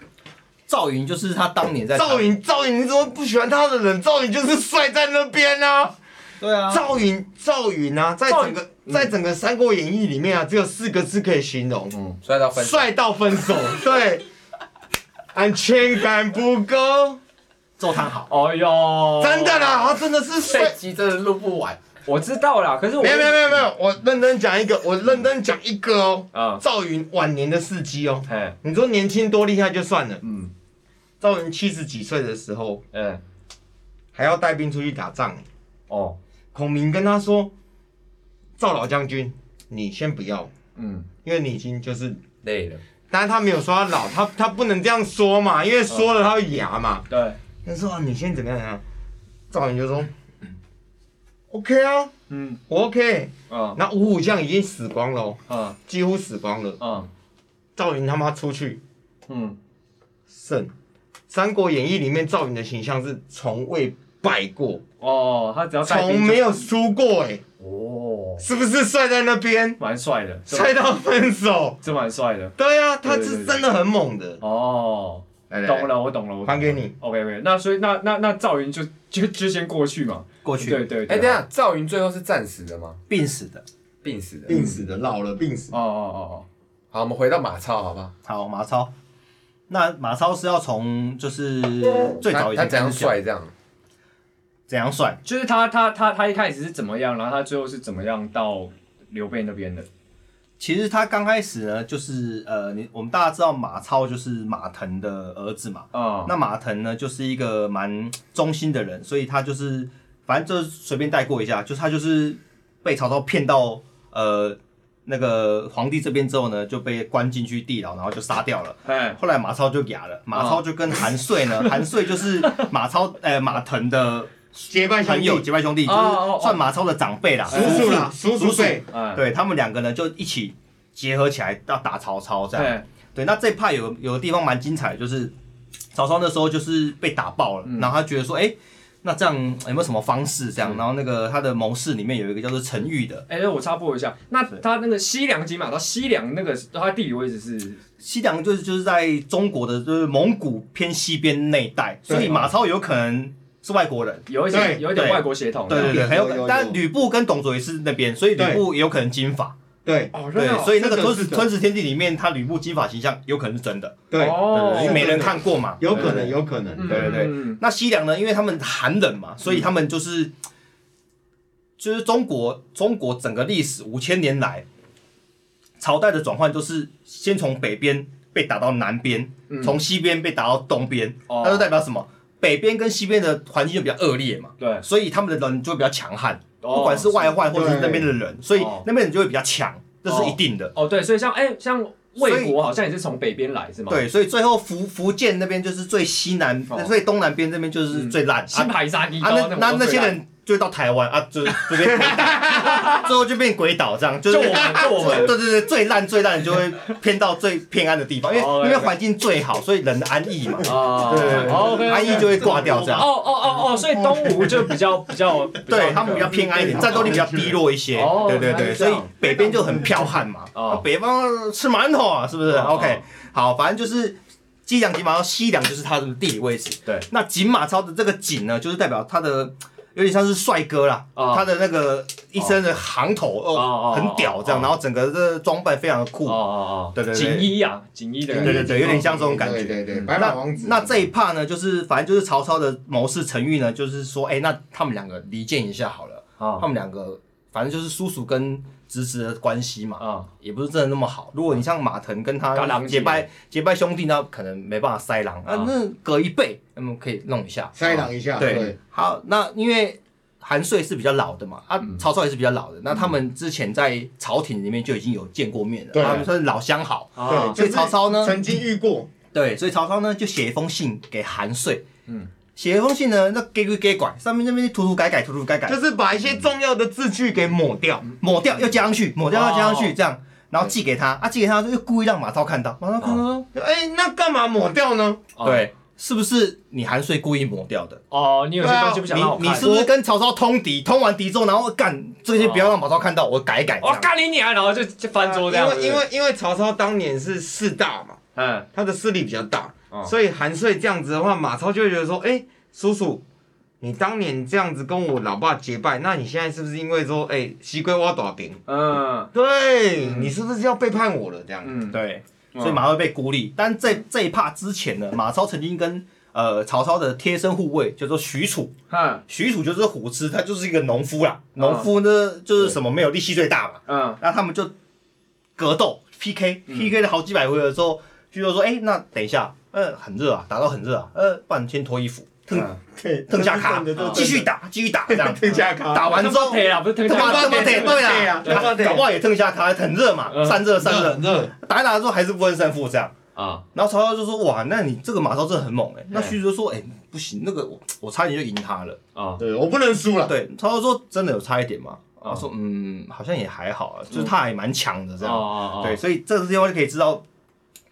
Speaker 2: 赵云就是他当年在
Speaker 1: 赵云，赵云，你怎么不喜欢他的人？赵云就是帅在那边啊！
Speaker 2: 对啊，
Speaker 1: 赵云，赵云啊，在
Speaker 5: 赵
Speaker 1: 整
Speaker 5: 云
Speaker 1: 个在整个《三国演义》里面啊，只有四个字可以形容，
Speaker 3: 帅到分手。
Speaker 1: 帅到分
Speaker 2: <laughs>
Speaker 1: 手。对，安全感不够。
Speaker 2: 哦周汤好，
Speaker 5: 哎呦，
Speaker 1: 真的啦，，他真的是
Speaker 3: 这
Speaker 1: 帅
Speaker 3: 一。集真的录不完，
Speaker 5: 我知道啦，可是我
Speaker 1: 没有没有没有没有，我认真讲一个，我认真讲一个哦。
Speaker 5: 啊，
Speaker 1: 赵云晚年的事迹哦，
Speaker 5: 哎
Speaker 1: 你说年轻多厉害就算了，
Speaker 5: 嗯
Speaker 1: 赵云七十几岁的时候
Speaker 5: 嗯
Speaker 1: 还要带兵出去打仗，
Speaker 5: 哦
Speaker 1: 孔明跟他说：“赵老将军，你先不要，
Speaker 5: 嗯
Speaker 1: 因为你已经就是……
Speaker 3: 累了。
Speaker 1: 但是他没有说他老，他他不能这样说嘛，因为说了他会哑嘛。
Speaker 5: 对
Speaker 1: 他说啊，你先怎么样啊？赵云就说：“OK 啊，
Speaker 5: 嗯
Speaker 1: 我 OK。”
Speaker 5: 啊
Speaker 1: 那五虎将已经死光了哦。
Speaker 5: 啊
Speaker 1: 几乎死光了。
Speaker 5: 啊
Speaker 1: 赵云他妈出去
Speaker 5: 嗯
Speaker 1: 胜，《三国演义》里面赵云的形象是从未败过，
Speaker 5: 哦，他只要带兵
Speaker 1: 从
Speaker 5: 就
Speaker 1: 没有输过哎、
Speaker 5: 哦，哦，
Speaker 1: 是不是帅在那边，
Speaker 5: 蛮帅的，这
Speaker 1: 帅到分手？
Speaker 5: 这蛮帅的
Speaker 1: 对啊，他
Speaker 5: 对对
Speaker 1: 是
Speaker 5: 对
Speaker 1: 真的很猛的。
Speaker 5: 哦。
Speaker 1: 来来来
Speaker 5: 懂了，我懂了，我懂了
Speaker 1: 还给你。
Speaker 5: OK OK，那所以那那那赵云就就就先过去嘛。
Speaker 2: 过
Speaker 5: 对
Speaker 2: 去
Speaker 5: 对
Speaker 3: 哎，
Speaker 5: 对。
Speaker 3: 等一
Speaker 5: 啊
Speaker 3: 下，赵云最后是战死的吗？
Speaker 2: 病死的。
Speaker 3: 病死的。
Speaker 1: 病死的，老了病死。
Speaker 5: 哦哦
Speaker 3: 好，我们回到马超，好不好？
Speaker 2: 好，马超。那马超是要从就是最早
Speaker 3: 他
Speaker 2: 以
Speaker 3: 他
Speaker 2: 前
Speaker 3: 怎样
Speaker 2: 开始讲
Speaker 3: 帅这样？
Speaker 2: 怎样帅
Speaker 5: 哦，，就是他他他他一开始是怎么样，然后他最后是怎么样到刘备那边的？
Speaker 2: 其实他刚开始呢，就是呃，你我们大家知道马超就是马腾的儿子嘛。
Speaker 3: 哦
Speaker 5: 啊，
Speaker 2: 那马腾呢，就是一个蛮忠心的人，所以他就是反正就是随便带过一下，就是他就是被曹操骗到呃那个皇帝这边之后呢，就被关进去地牢，然后就杀掉了。
Speaker 5: 哎，
Speaker 2: 后来马超就哑了，
Speaker 3: 哦
Speaker 2: 马超就跟韩遂呢，韩遂就是马超呃马腾的
Speaker 1: 结拜
Speaker 2: 朋
Speaker 1: 兄
Speaker 2: 友
Speaker 1: 弟，
Speaker 2: 结拜兄弟，就
Speaker 5: 哦哦哦
Speaker 2: 是算马超的长辈啦，
Speaker 1: 叔叔啦，嗯叔
Speaker 2: 叔
Speaker 1: 叔
Speaker 2: 叔
Speaker 1: 辈，
Speaker 5: 哎，
Speaker 2: 对他们两个呢就一起结合起来要打曹操这样。
Speaker 5: 哎，
Speaker 2: 对，那这一派有有的地方蛮精彩的，就是曹操那时候就是被打爆了，
Speaker 1: 嗯
Speaker 2: 然后他觉得说，哎、那这样有没有什么方式这样？然后那个他的谋士里面有一个叫做陈馀的，
Speaker 5: 哎，我插播一下，那
Speaker 2: 是
Speaker 5: 他那个西凉金马到西凉那个他地理位置是
Speaker 2: 西凉就是就是在中国的就是蒙古偏西边那一带，所以马超有可能是外国人。
Speaker 5: 有一些
Speaker 1: 对
Speaker 5: 有一点
Speaker 2: 对
Speaker 5: 外国血统的，
Speaker 2: 对对对，很有可
Speaker 1: 哦有有
Speaker 2: 能。
Speaker 1: 有
Speaker 2: 但吕布跟董卓也是那边，所以吕
Speaker 1: 对
Speaker 2: 布也有可能金发。
Speaker 1: 对
Speaker 5: 哦，
Speaker 2: 对，所以那个
Speaker 1: 这
Speaker 2: 《
Speaker 1: 个
Speaker 2: 吞
Speaker 1: 是
Speaker 2: 食
Speaker 1: 的
Speaker 2: 吞食天地》里面，他吕布金发形象有可能是真的，
Speaker 1: 对，
Speaker 5: 哦
Speaker 2: 对，因为没人看过嘛。
Speaker 1: 有可
Speaker 5: 对
Speaker 1: 能，有可能，
Speaker 2: 对
Speaker 1: 对，
Speaker 2: 对对
Speaker 5: 嗯
Speaker 2: 那西凉呢？因为他们寒冷嘛，所以他们就是、就是中国中国整个历史五千年来朝代的转换，都是先从北边被打到南边，
Speaker 5: 嗯
Speaker 2: 从西边被打到东边，
Speaker 5: 哦
Speaker 2: 那就代表什么？北边跟西边的环境就比较恶劣嘛，
Speaker 5: 对，
Speaker 2: 所以他们的人就会比较强悍，
Speaker 5: 哦
Speaker 2: 不管是外患或者是
Speaker 1: 对
Speaker 2: 那边的人，所以
Speaker 5: 哦
Speaker 2: 那边人就会比较强，这是一定的。
Speaker 5: 哦对，所以像哎像
Speaker 2: 所
Speaker 5: 魏
Speaker 2: 以
Speaker 5: 国好像也是从北边来是吗？，
Speaker 2: 对，所以最后福福建那边就是最西南，
Speaker 5: 哦
Speaker 2: 所以东南边这边就是最烂、
Speaker 5: 新
Speaker 2: 啊
Speaker 5: 排沙地
Speaker 2: 啊，
Speaker 5: 刀
Speaker 2: 那那
Speaker 5: 种
Speaker 2: 那些
Speaker 5: 最烂
Speaker 2: 人就到台湾啊，就就变鬼岛， <laughs> 最后就变鬼岛这样，就是
Speaker 5: 就我们就我们
Speaker 2: 对对对，最烂最烂就会偏到最偏安的地方，因为
Speaker 5: 哦
Speaker 2: 那边
Speaker 5: OK
Speaker 2: 环境最好，所以人的安逸嘛，
Speaker 5: 啊，
Speaker 2: 对对对
Speaker 5: ，OK，
Speaker 2: 安逸就会挂掉这
Speaker 5: 哦
Speaker 2: 样。
Speaker 5: 哦哦哦，所以东吴就比较比较，比较
Speaker 2: 对他们比较偏安一点，战斗力比较低落一些
Speaker 5: 哦。
Speaker 2: 对对
Speaker 5: 原来
Speaker 2: 对，
Speaker 5: 是这
Speaker 2: 所以
Speaker 5: 样
Speaker 2: 北边就很剽悍嘛。
Speaker 5: 哦
Speaker 2: 啊北方吃馒头啊，是不是
Speaker 5: 哦
Speaker 2: ？OK，好，反正就是西凉锦马超，西凉就是它的地理位置。
Speaker 5: 对，
Speaker 2: 那锦马超的这个锦呢，就是代表它的有点像是帅哥啦，
Speaker 5: 哦
Speaker 2: 他的那个一身的行头
Speaker 5: 哦哦
Speaker 2: 哦，很屌这样，
Speaker 5: 哦
Speaker 2: 然后整个这装扮非常的
Speaker 5: 哦
Speaker 2: 酷。
Speaker 5: 哦哦，
Speaker 2: 对对对
Speaker 5: 锦衣啊，锦衣的
Speaker 2: 对
Speaker 5: 感
Speaker 2: 对
Speaker 5: 觉，
Speaker 2: 对对，有点像这种感觉。
Speaker 1: 对对对，
Speaker 5: 嗯
Speaker 1: 白马
Speaker 2: 那
Speaker 1: 王子。
Speaker 2: 那这一趴呢，就是反正就是曹操的谋士陈馀呢，就是说，哎、那他们两个离间一下好了。他
Speaker 5: 啊
Speaker 2: 们两个反正就是叔叔跟侄子的关系嘛，
Speaker 5: 啊，
Speaker 2: 也不是真的那么好。如果你像马腾跟
Speaker 5: 跟他
Speaker 2: 他
Speaker 5: 们
Speaker 2: 结拜结拜兄弟，那可能没办法塞狼
Speaker 5: 啊
Speaker 2: 啊，那隔一辈，那么可以弄一下。哦
Speaker 1: 塞朗一下，对，，
Speaker 2: 好，那因为韩遂是比较老的嘛，啊，
Speaker 1: 嗯
Speaker 2: 曹操也是比较老的，那他们之前在朝廷里面就已经有见过面了，
Speaker 1: 对
Speaker 2: 他们算是老相好。
Speaker 1: 哦
Speaker 5: 啊
Speaker 2: 所以曹操呢
Speaker 1: 曾经遇过，
Speaker 2: 对，所以曹操呢就写一封信给韩遂，
Speaker 5: 嗯
Speaker 2: 嗯，写一封信呢，那给给给拐，上面那边涂涂改改，涂涂改改，嗯
Speaker 1: 就是把一些重要的字句给抹掉，
Speaker 2: 抹掉又加上去，抹掉又加上去，
Speaker 5: 哦
Speaker 2: 这样，然后寄给
Speaker 1: 嗯
Speaker 2: 他，啊，寄给他又故意让马超看到，啊马超看到说，
Speaker 1: 哎，那干嘛抹掉呢？
Speaker 5: 哦，
Speaker 2: 对，是不是你韩遂故意抹掉的？
Speaker 5: 哦，你有些东西不想让我
Speaker 2: 啊你
Speaker 5: 看，
Speaker 2: 你是不是跟曹操通敌？通完敌之后，然后干这
Speaker 1: 哦
Speaker 2: 些不要让马超看到，我改一改。这
Speaker 5: 我
Speaker 2: 样
Speaker 5: 干你娘，然后就就翻桌这样
Speaker 1: 因
Speaker 5: 子，
Speaker 1: 为因为因为曹操当年是势大嘛，
Speaker 5: 嗯
Speaker 1: 他的势力比较大
Speaker 5: 哦，
Speaker 1: 所以韩遂这样子的话，马超就会觉得说，哎，叔叔。你当年这样子跟我老爸结拜，那你现在是不是因为说，哎、西归挖短饼，
Speaker 5: 嗯
Speaker 1: 对、你是不是要背叛我了？这样，
Speaker 5: 嗯，
Speaker 2: 对，
Speaker 1: 哦
Speaker 2: 所以马超被孤立。但这这一趴之前呢，马超曾经跟呃曹操的贴身护卫叫做许褚，
Speaker 5: 嗯
Speaker 2: 许褚就是虎痴，他就是一个农夫
Speaker 1: 啊
Speaker 2: 啦，农夫呢就是什么没有力气最大嘛。
Speaker 5: 嗯
Speaker 2: 那他们就格斗 PK，PK、PK
Speaker 1: 嗯
Speaker 2: 了好几百回的时候，徐州说：“哎、那等一下，呃，很热啊，打到很热啊，呃，不然先脱衣服，
Speaker 5: 嗯，
Speaker 1: 对，
Speaker 2: 腾下卡哦
Speaker 1: 这是真的，<laughs>
Speaker 2: 继续打，继续打，这样
Speaker 1: 这是真的腾下卡，
Speaker 5: 啊
Speaker 2: 打完之后，
Speaker 5: 赔啦，不是
Speaker 2: 他
Speaker 5: 腾
Speaker 2: 妈他妈
Speaker 1: 对
Speaker 2: 对对
Speaker 1: 对
Speaker 2: 啦
Speaker 1: 啊对啊对，啊
Speaker 2: 搞不好也腾下卡，很热嘛，
Speaker 5: 嗯
Speaker 2: 散热散热
Speaker 1: 很，热，
Speaker 2: 打一打之后还是不分胜负这样。”
Speaker 5: 啊，
Speaker 2: 然后曹操就说：“哇，那你这个马超真的很猛哎、那
Speaker 5: 嗯
Speaker 2: 徐州说：“哎、不行，那个我我差点就赢他了。
Speaker 5: 啊
Speaker 1: 对我不能输了，
Speaker 2: 对，曹操说：“真的有差一点吗？”
Speaker 5: 嗯
Speaker 2: 他说：“嗯，好像也还好啊，就是他还蛮强的这
Speaker 5: 哦
Speaker 2: 样。
Speaker 5: 哦哦，
Speaker 2: 对，所以这个地方就可以知道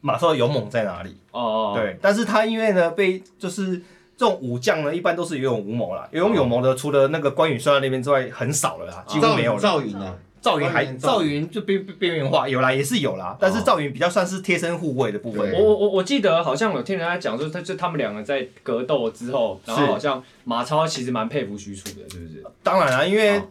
Speaker 2: 马超的勇猛在哪里。
Speaker 5: 哦哦，
Speaker 2: 对，但是他因为呢被就是这种武将呢，一般都
Speaker 5: 哦
Speaker 2: 是有勇无谋啦，有勇有谋的，除了那个关羽帅在那边之外，很少了啦，几乎
Speaker 1: 赵
Speaker 2: 没有
Speaker 1: 云
Speaker 2: 了。
Speaker 1: 赵云啊，
Speaker 2: 赵云还
Speaker 1: 赵云
Speaker 2: 赵云就边边缘化有啦，也是有
Speaker 5: 哦
Speaker 2: 啦，但是赵云比较算是贴身护卫的部分
Speaker 5: 我。我我我记得好像有听人家讲说，他就他们两个在格斗之后，然后
Speaker 2: 是
Speaker 5: 好像马超其实蛮佩服许褚的，是不是？
Speaker 2: 当然啦、因为
Speaker 5: 哦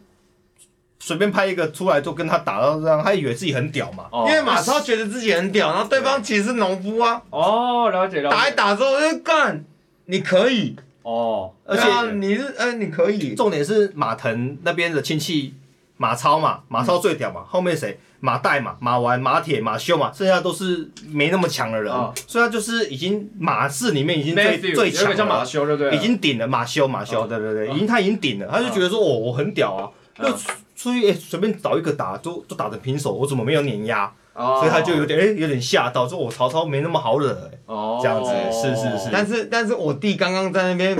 Speaker 2: 随便拍一个出来就跟他打到这样，他以为自己很屌嘛。
Speaker 5: 哦
Speaker 1: 因为马超觉得自己很屌，然后对方其实是农夫啊，
Speaker 5: 哦，了解了解。
Speaker 1: 打一打之后就干，你可以，
Speaker 5: 哦，
Speaker 2: 而且
Speaker 1: 对啊你是呃你可以，
Speaker 2: 重点是马腾那边的亲戚马超嘛，马超最屌嘛，
Speaker 5: 嗯
Speaker 2: 后面谁马岱嘛、马完、马铁、马修嘛，剩下都是没那么强的人，
Speaker 5: 哦
Speaker 2: 所以他就是已经马氏里面已经最
Speaker 5: Matthew，
Speaker 2: 最
Speaker 5: 有一
Speaker 2: 强
Speaker 5: 个叫马
Speaker 2: 了，
Speaker 5: 修，对不对？
Speaker 2: 已经顶了马修、马修，
Speaker 5: 哦
Speaker 2: 对对对，
Speaker 5: 哦
Speaker 2: 已经他已经顶了，他就觉得说我我很屌啊，
Speaker 5: 嗯
Speaker 2: 那出去哎随便找一个打都都打得平手，我怎么没有碾压？
Speaker 5: 哦，
Speaker 2: 所以他就有点哎有点吓到，说我哦曹操没那么好惹，哎
Speaker 5: 哦
Speaker 2: 这样子是是是
Speaker 1: 但是但是我弟刚刚在那边，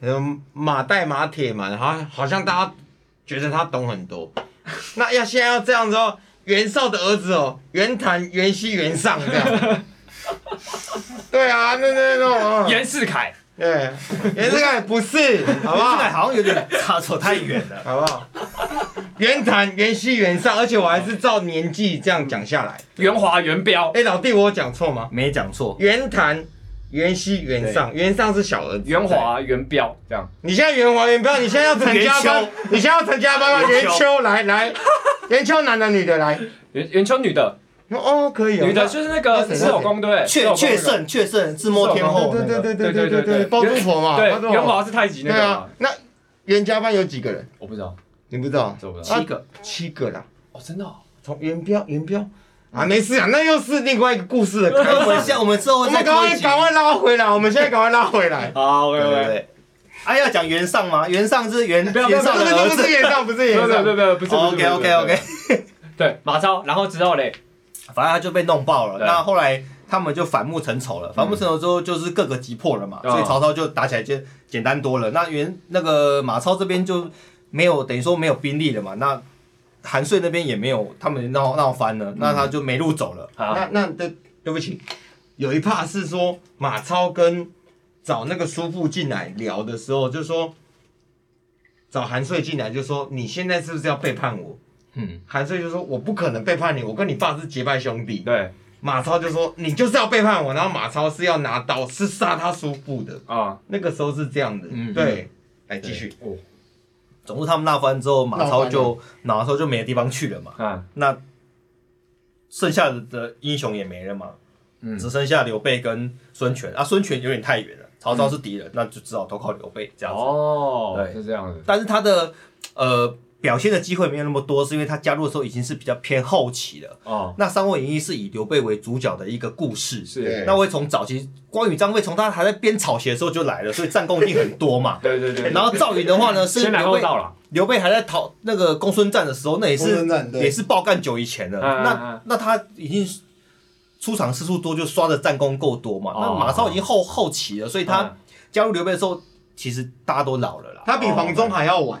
Speaker 1: 嗯，马代马铁嘛，好好像大家觉得他懂很
Speaker 2: <laughs>
Speaker 1: 多。那要现在要这样子哦，袁绍的儿子哦，袁谭、袁熙、袁尚这
Speaker 2: <laughs>
Speaker 1: 样。对啊，那那那种，嗯
Speaker 5: 袁世凯，
Speaker 1: 对，袁世凯不是，好不
Speaker 2: 现在
Speaker 1: 好？
Speaker 2: 好像有点差错太远了。
Speaker 1: 好不好？袁谭、袁熙、袁尚，而且我还是照年纪这样讲下来。
Speaker 5: 袁华，袁彪，
Speaker 1: 哎，老弟，我有讲错吗？
Speaker 2: 没讲错，
Speaker 1: 袁谭、袁熙、袁尚，袁尚是小儿子。
Speaker 5: 袁华，袁彪，这样。
Speaker 1: 你现在圆滑圆彪，你现在要成家班
Speaker 2: 元，
Speaker 1: 你现在要成家班吗？
Speaker 2: 元
Speaker 1: 元
Speaker 2: 秋
Speaker 1: 秋来来，元秋男的女的来，
Speaker 5: 袁袁秋女的，
Speaker 1: 哦可以哦，
Speaker 5: 女的就是那个
Speaker 1: 那谁
Speaker 5: 赤手空对不对，赤
Speaker 2: 确
Speaker 5: 手空
Speaker 2: 确
Speaker 5: 那个
Speaker 2: 胜确胜，自摸天后那
Speaker 1: 对
Speaker 2: 个，
Speaker 1: 对对对对
Speaker 5: 对
Speaker 1: 对
Speaker 5: 对对
Speaker 1: 对，包租婆嘛，包租
Speaker 5: 对，袁
Speaker 1: 婆，
Speaker 5: 华是太极那
Speaker 1: 对
Speaker 5: 个
Speaker 1: 啊
Speaker 5: 嘛，，
Speaker 1: 那袁家班有几个人？
Speaker 5: 我不知道，
Speaker 1: 你不知道？啊
Speaker 5: 这我不知道。
Speaker 2: 七个，
Speaker 1: 七个啦，
Speaker 5: 哦，真的哦，
Speaker 1: 从元彪元彪啊，没事啊，那又是另外一个故事了。
Speaker 2: 我们 <laughs> 下我们之后
Speaker 1: 我
Speaker 2: 再
Speaker 1: 们赶
Speaker 2: 做一
Speaker 1: 快
Speaker 2: 集。
Speaker 1: 赶快拉回来，我们现在赶快拉回
Speaker 5: <laughs>
Speaker 1: 来。
Speaker 5: 好，啊喂
Speaker 2: 对对
Speaker 5: 喂，
Speaker 2: 对。哎，要讲袁尚吗？袁尚是袁
Speaker 5: 不要不
Speaker 2: 袁
Speaker 5: 要不
Speaker 2: 尚
Speaker 5: 要
Speaker 2: 的
Speaker 1: 这
Speaker 2: 儿
Speaker 1: 不是
Speaker 2: 子。
Speaker 1: 演上，不是
Speaker 5: 不
Speaker 1: 演
Speaker 5: 不
Speaker 1: 上，
Speaker 5: 不不不是
Speaker 2: OK OK OK，
Speaker 5: 对马超，然后之后嘞，
Speaker 2: 反正他就被弄爆了。
Speaker 5: 对
Speaker 2: 那后来他们就反目成仇了。反目成仇之后，就是各个击破了嘛，
Speaker 5: 嗯
Speaker 2: 所以曹操就打起来就简单多了。那袁那个马超这边就没有等于说没有兵力了嘛，那韩遂那边也没有他们闹闹翻了，那他就没路走了。
Speaker 5: 好，
Speaker 1: 那那对对不起，有一趴是说马超跟找那个叔父进来聊的时候，就说找韩遂进来，就说你现在是不是要背叛我？
Speaker 2: 嗯，
Speaker 1: 韩遂就说我不可能背叛你，我跟你爸是结拜兄弟。
Speaker 5: 对
Speaker 1: 马超就说你就是要背叛我，然后马超是要拿刀是杀他叔父的，
Speaker 5: 啊，
Speaker 1: 那个时候是这样的。
Speaker 2: 嗯
Speaker 1: 对，来哎继续。
Speaker 2: 总之他们闹翻之后，马
Speaker 1: 闹翻
Speaker 2: 超
Speaker 1: 了
Speaker 2: 就马超就没地方去了嘛。
Speaker 5: 啊，
Speaker 2: 那剩下的英雄也没了嘛，
Speaker 5: 嗯
Speaker 2: 只剩下刘备跟孙权啊。孙权有点太远了，曹操是敌人，那就只好投靠刘备这样子。
Speaker 5: 嗯哦，
Speaker 2: 对
Speaker 5: 是这样子，
Speaker 2: 但是他的呃表现的机会没有那么多，是因为他加入的时候已经是比较偏后期了。
Speaker 5: 哦，
Speaker 2: 那《三国演义》是以刘备为主角的一个故事，
Speaker 5: 是，。
Speaker 2: 那会从早期关羽、张飞从他还在编草鞋的时候就来了，所以战功一定很多嘛
Speaker 5: <laughs> 对对对，
Speaker 2: 然后赵云的话呢，是
Speaker 5: 先来
Speaker 2: 刘
Speaker 5: 后
Speaker 2: 备
Speaker 5: 到了，
Speaker 2: 刘备还在讨那个公孙战的时候，那也
Speaker 8: 公
Speaker 2: 是
Speaker 8: 孙战对
Speaker 2: 也是爆干久以前了。
Speaker 5: 嗯嗯
Speaker 2: 那
Speaker 5: 嗯
Speaker 2: 那他已经出场次数多，就刷的战功够多嘛。
Speaker 5: 哦
Speaker 2: 那马超已经后后期了，所以他
Speaker 5: 嗯
Speaker 2: 加入刘备的时候，其实大家都老了啦。
Speaker 1: 他比黄忠还要晚，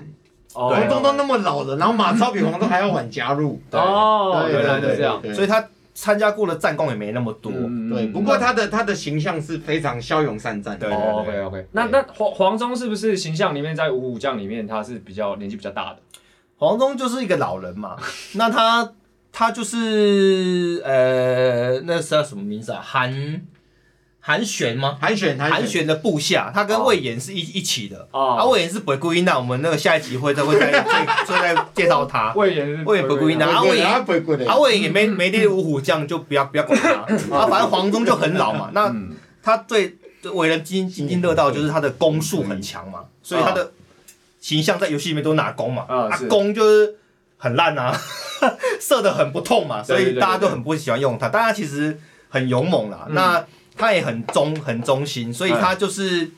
Speaker 5: 哦
Speaker 1: 黄忠都那么老了，然后马超比黄忠还要晚加入。
Speaker 5: 哦，
Speaker 1: 对
Speaker 5: 原来
Speaker 1: 对对
Speaker 5: 是这样，
Speaker 1: 对
Speaker 2: 所以他参加过的战功也没那么
Speaker 5: 嗯
Speaker 2: 多。
Speaker 1: 对，不过他的他的形象是非常骁勇善战的。
Speaker 2: 对
Speaker 5: 哦，OK OK，那那黄黄忠是不是形象里面在五虎将里面他是比较年纪比较大的？
Speaker 2: 黄忠就是一个老人嘛，那他他就是呃，那是叫什么名字啊？韩韩玄吗？
Speaker 1: 韩选
Speaker 2: 韩
Speaker 1: 韩选，
Speaker 2: 玄的部下，他跟魏延是一一起的。
Speaker 5: 哦
Speaker 2: 啊，魏延是北归那，我们那个下一集会再会再再再再介绍他。
Speaker 5: 啊魏延是
Speaker 2: 魏延北归那，啊魏
Speaker 8: 啊
Speaker 2: 延
Speaker 8: 不会的
Speaker 2: 啊魏延也没没列五虎将，就不要不要
Speaker 5: <laughs>
Speaker 2: 管他。啊，反正黄忠就很老嘛，那
Speaker 5: 嗯，
Speaker 2: 他最最为人津津津乐道就是他的攻术很强嘛，所以他的形象在游戏里面都拿弓嘛，
Speaker 5: 嗯啊
Speaker 2: 他
Speaker 5: 是
Speaker 2: 弓就是很烂啊， <laughs> 射的很不痛嘛，所
Speaker 5: 对对
Speaker 2: 以
Speaker 5: 对
Speaker 2: 大家都很不喜欢用他。但他其实很勇猛啦，
Speaker 5: 嗯
Speaker 2: 那他也很忠很忠心，所以他
Speaker 5: 哎
Speaker 2: 就是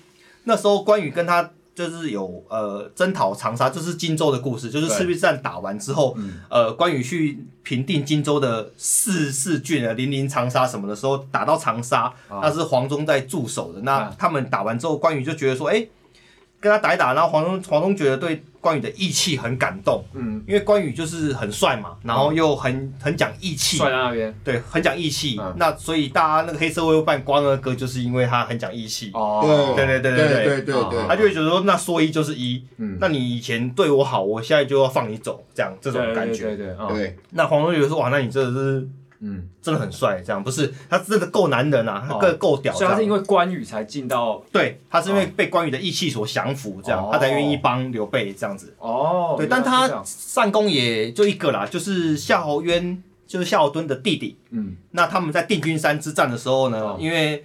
Speaker 2: 那时候关羽跟他。就是有呃征讨长沙，就是荆州的故事，就是
Speaker 5: 对
Speaker 2: 赤壁之战打完之后，
Speaker 5: 嗯
Speaker 2: 呃，关羽去平定荆州的四四郡啊，零陵、长沙什么的时候，打到长沙，那是黄忠在驻守的。那
Speaker 5: 啊
Speaker 2: 他们打完之后，关羽就觉得说，哎、跟他打一打，然后黄忠黄忠觉得对关羽的义气很感动，
Speaker 5: 嗯，啊
Speaker 2: 因为关羽就是很帅嘛，然后又很很讲义气，
Speaker 5: 帅在啊那边
Speaker 2: 对，很讲义气。
Speaker 5: 嗯
Speaker 2: 那所以大家那个黑社会会办关二哥，就是因为他很讲义气，
Speaker 5: 哦，
Speaker 2: 对对对对
Speaker 9: 对
Speaker 2: 对
Speaker 9: 对对
Speaker 3: 哦
Speaker 9: 对，
Speaker 2: 他就会觉得说，那说一就是一，
Speaker 5: 嗯，
Speaker 2: 那你以前对我好，我现在就要放你走，这样这
Speaker 5: 这
Speaker 2: 种感觉。
Speaker 5: 对对对，嗯
Speaker 9: 对，
Speaker 2: 那黄忠觉得说，哇，那你真的是
Speaker 5: 嗯，哦
Speaker 2: 真的很帅，这样不是？他真的够男人啊，他够够屌这
Speaker 5: 所以
Speaker 2: 样。
Speaker 5: 他是因为关羽才进到
Speaker 2: 对，他是因为被关羽的义气所降服，这样、
Speaker 5: 哦
Speaker 2: 他才愿意帮刘备这样子。
Speaker 5: 哦，
Speaker 2: 对，
Speaker 5: 原来
Speaker 2: 但
Speaker 5: 是这
Speaker 2: 他
Speaker 5: 样
Speaker 2: 善功也就一个啦，就是夏侯渊，就是夏侯惇的弟弟。
Speaker 5: 嗯
Speaker 2: 那他们在定军山之战的时候呢，
Speaker 5: 哦
Speaker 2: 因为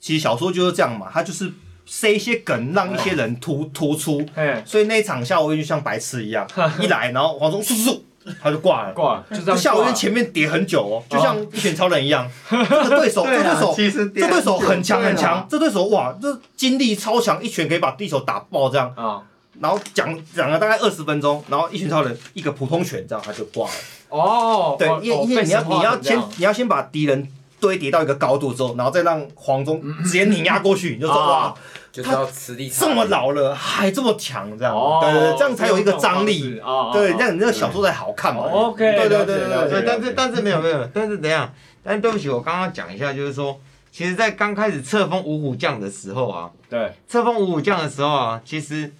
Speaker 2: 其实小说就是这样嘛，他就是塞一些梗，让一些人突
Speaker 5: 哦
Speaker 2: 突出，
Speaker 5: 嘿
Speaker 2: 所以那一场夏侯渊就像白痴一样，
Speaker 5: <laughs>
Speaker 2: 一来然后黄忠速速他就挂了。
Speaker 5: 挂了，就这
Speaker 2: 就
Speaker 5: 样啊
Speaker 2: 夏侯
Speaker 5: 挂
Speaker 2: 渊
Speaker 5: 了
Speaker 2: 前面叠很久哦，就像一拳超人一
Speaker 5: <laughs>
Speaker 2: 样，这个对啊手，这个对手
Speaker 1: 啊其实
Speaker 2: 这对
Speaker 1: 啊
Speaker 2: 手很强很强，，这对手啊哇，这精力超强，一拳可以把对手打爆这样。
Speaker 5: 啊，
Speaker 2: 然后讲讲了大概二十分钟，然后一拳超人一个普通拳，这样他就挂了。
Speaker 5: 哦，
Speaker 2: 对
Speaker 5: 哦，
Speaker 2: 因为因为你要你要先你要先把敌人堆叠到一个高度之后，然后再让黄忠直接碾压过去，你就说
Speaker 5: 嗯啊
Speaker 2: 哇，
Speaker 3: 就是要吃力差
Speaker 2: 这么老了还这么强这样，
Speaker 5: 哦，
Speaker 2: 对对，对这样才有一个张力。
Speaker 5: 啊，
Speaker 2: 对，让你那个小说才好看嘛。
Speaker 5: 哦，OK，
Speaker 2: 对对
Speaker 5: 了解
Speaker 2: 对对
Speaker 5: 了解
Speaker 2: 对
Speaker 1: 对，，啊但是但是没有没有，但是等一下，但是对不起，我刚刚讲一下，就是说，其实，在刚开始册封五虎将的时候啊，
Speaker 5: 对，
Speaker 1: 册封五虎将的时候啊，其实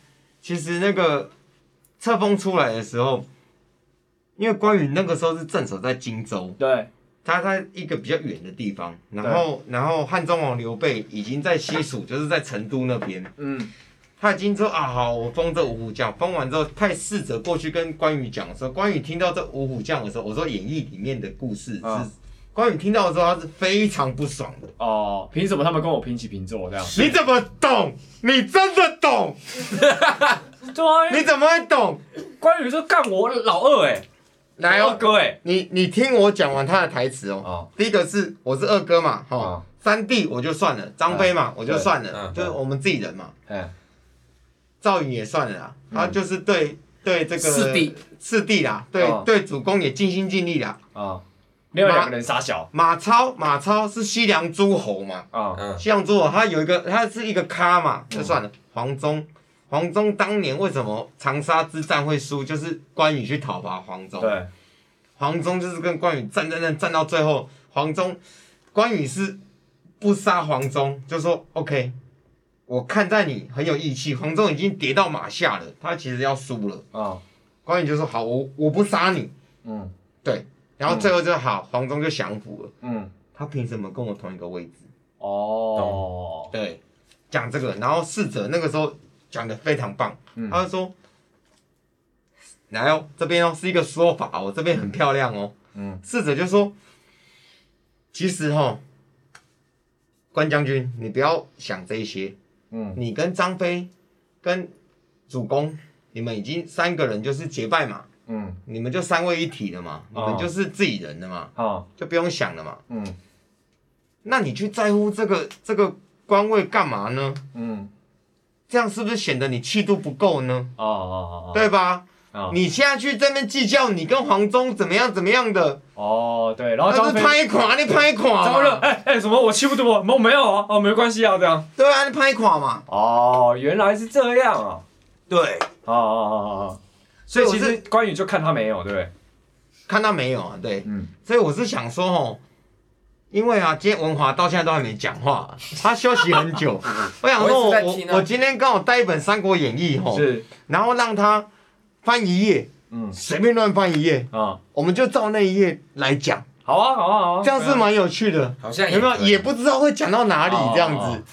Speaker 1: 其实那个册封出来的时候，因为关羽那个时候是镇守在荆州，
Speaker 5: 对，
Speaker 1: 他在一个比较远的地方，然后然后汉中王刘备已经在西蜀，就是在成都那边，
Speaker 5: 嗯，
Speaker 1: 他已经说啊好，我封这五虎将，封完之后派侍者过去跟关羽讲说，关羽听到这五虎将的时候，我说演义里面的故事是，
Speaker 5: 啊
Speaker 1: 关羽听到的时候他是非常不爽的，
Speaker 5: 哦，凭什么他们跟我平起平坐这样？
Speaker 1: 你怎么懂？你真的懂？
Speaker 5: 对啊，
Speaker 1: 你怎么会懂？
Speaker 5: 关羽说干我老二哎，
Speaker 1: 来
Speaker 5: 老
Speaker 1: 哦
Speaker 5: 二，哥哎，
Speaker 1: 你你听我讲完他的台词哦。
Speaker 3: 哦，
Speaker 1: 第一个是我是二哥嘛，哈
Speaker 3: 啊，
Speaker 1: 三弟我就算了，张飞嘛我就算
Speaker 3: 嗯
Speaker 1: 了，
Speaker 3: 嗯
Speaker 1: 就是我们自己人嘛，
Speaker 5: 哎，
Speaker 1: 赵云也算了啦，啊他就是对对这个
Speaker 3: 四弟
Speaker 1: 四弟啦，对
Speaker 5: 哦
Speaker 1: 对主公也尽心尽力啦。
Speaker 5: 啊，没有两个人傻小
Speaker 1: 马超，马超是西凉诸侯嘛？
Speaker 5: 啊，
Speaker 3: 嗯，
Speaker 1: 西凉诸侯他有一个，他是一个咖嘛，就算了。黄忠，黄忠当年为什么长沙之战会输，就是关羽去讨伐黄忠。
Speaker 5: 对，
Speaker 1: 黄忠就是跟关羽战战战战到最后，黄忠，关羽是不杀黄忠，就说 OK，我看在你很有义气。黄忠已经跌到马下了，他其实要输了。
Speaker 5: 啊，
Speaker 1: 关羽就说好，我我不杀你。
Speaker 5: 嗯
Speaker 1: 然后最后就好，黄忠就降服了。
Speaker 5: 嗯，
Speaker 1: 他凭什么跟我同一个位置？
Speaker 5: 哦，
Speaker 1: 对，讲这个，然后侍者那个时候讲的非常棒，
Speaker 5: 嗯
Speaker 1: 他就说，来哦，这边哦是一个说法哦，这边很漂亮哦，
Speaker 5: 嗯，
Speaker 1: 侍者就说，其实哦，关将军，你不要想这一些，
Speaker 5: 嗯，
Speaker 1: 你跟张飞，跟主公，你们已经三个人就是结拜嘛，
Speaker 5: 嗯，
Speaker 1: 你们就三位一体了嘛，你
Speaker 5: 哦
Speaker 1: 们就是自己人了嘛，
Speaker 5: 啊，
Speaker 1: 就不用想了嘛，
Speaker 5: 嗯
Speaker 1: 那你去在乎这个这个官位干嘛呢？
Speaker 5: 嗯，
Speaker 1: 这样是不是显得你气度不够呢？
Speaker 5: 哦哦哦，
Speaker 1: 对吧？
Speaker 5: 啊，
Speaker 1: 你现在去这边计较你跟黄忠怎么样怎么样的，
Speaker 5: 哦对，然后
Speaker 1: 那
Speaker 5: 张
Speaker 1: 是
Speaker 5: 飞。
Speaker 1: 拍垮，你拍垮
Speaker 5: 张乐，
Speaker 1: 嘛，
Speaker 5: 哎、哎、什么？我欺负对我？没有没有啊，哦，没关系啊，这样。
Speaker 1: 对啊，你拍垮嘛。
Speaker 5: 哦，原来是这样啊。
Speaker 2: 对，
Speaker 5: 哦哦哦哦。
Speaker 1: 所
Speaker 5: 所
Speaker 1: 以
Speaker 5: 以
Speaker 1: 我
Speaker 5: 其
Speaker 1: 是
Speaker 5: 实关羽就看他没有，对不对？
Speaker 1: 看到没有啊？对，
Speaker 5: 嗯
Speaker 1: 所以我是想说吼，因为啊，今天文华到现在都还没讲话，他休息很久。我想说
Speaker 3: 我一直在
Speaker 1: 我，
Speaker 3: 听
Speaker 1: 我
Speaker 3: 啊
Speaker 1: 我今天刚好带一本《三国演义》吼，
Speaker 5: 是，
Speaker 1: 然后让他翻一页，
Speaker 5: 嗯
Speaker 1: 随便乱翻一页，
Speaker 5: 啊、
Speaker 1: 我们就照那一页来讲，
Speaker 5: 好啊好啊好
Speaker 3: 哦
Speaker 5: 啊。
Speaker 1: 这样是蛮有趣的。
Speaker 3: 好像
Speaker 1: 有没有
Speaker 3: 啊哎可以
Speaker 1: 也不知道会讲到哪里
Speaker 5: 哦
Speaker 1: 这样
Speaker 5: 哦
Speaker 1: 子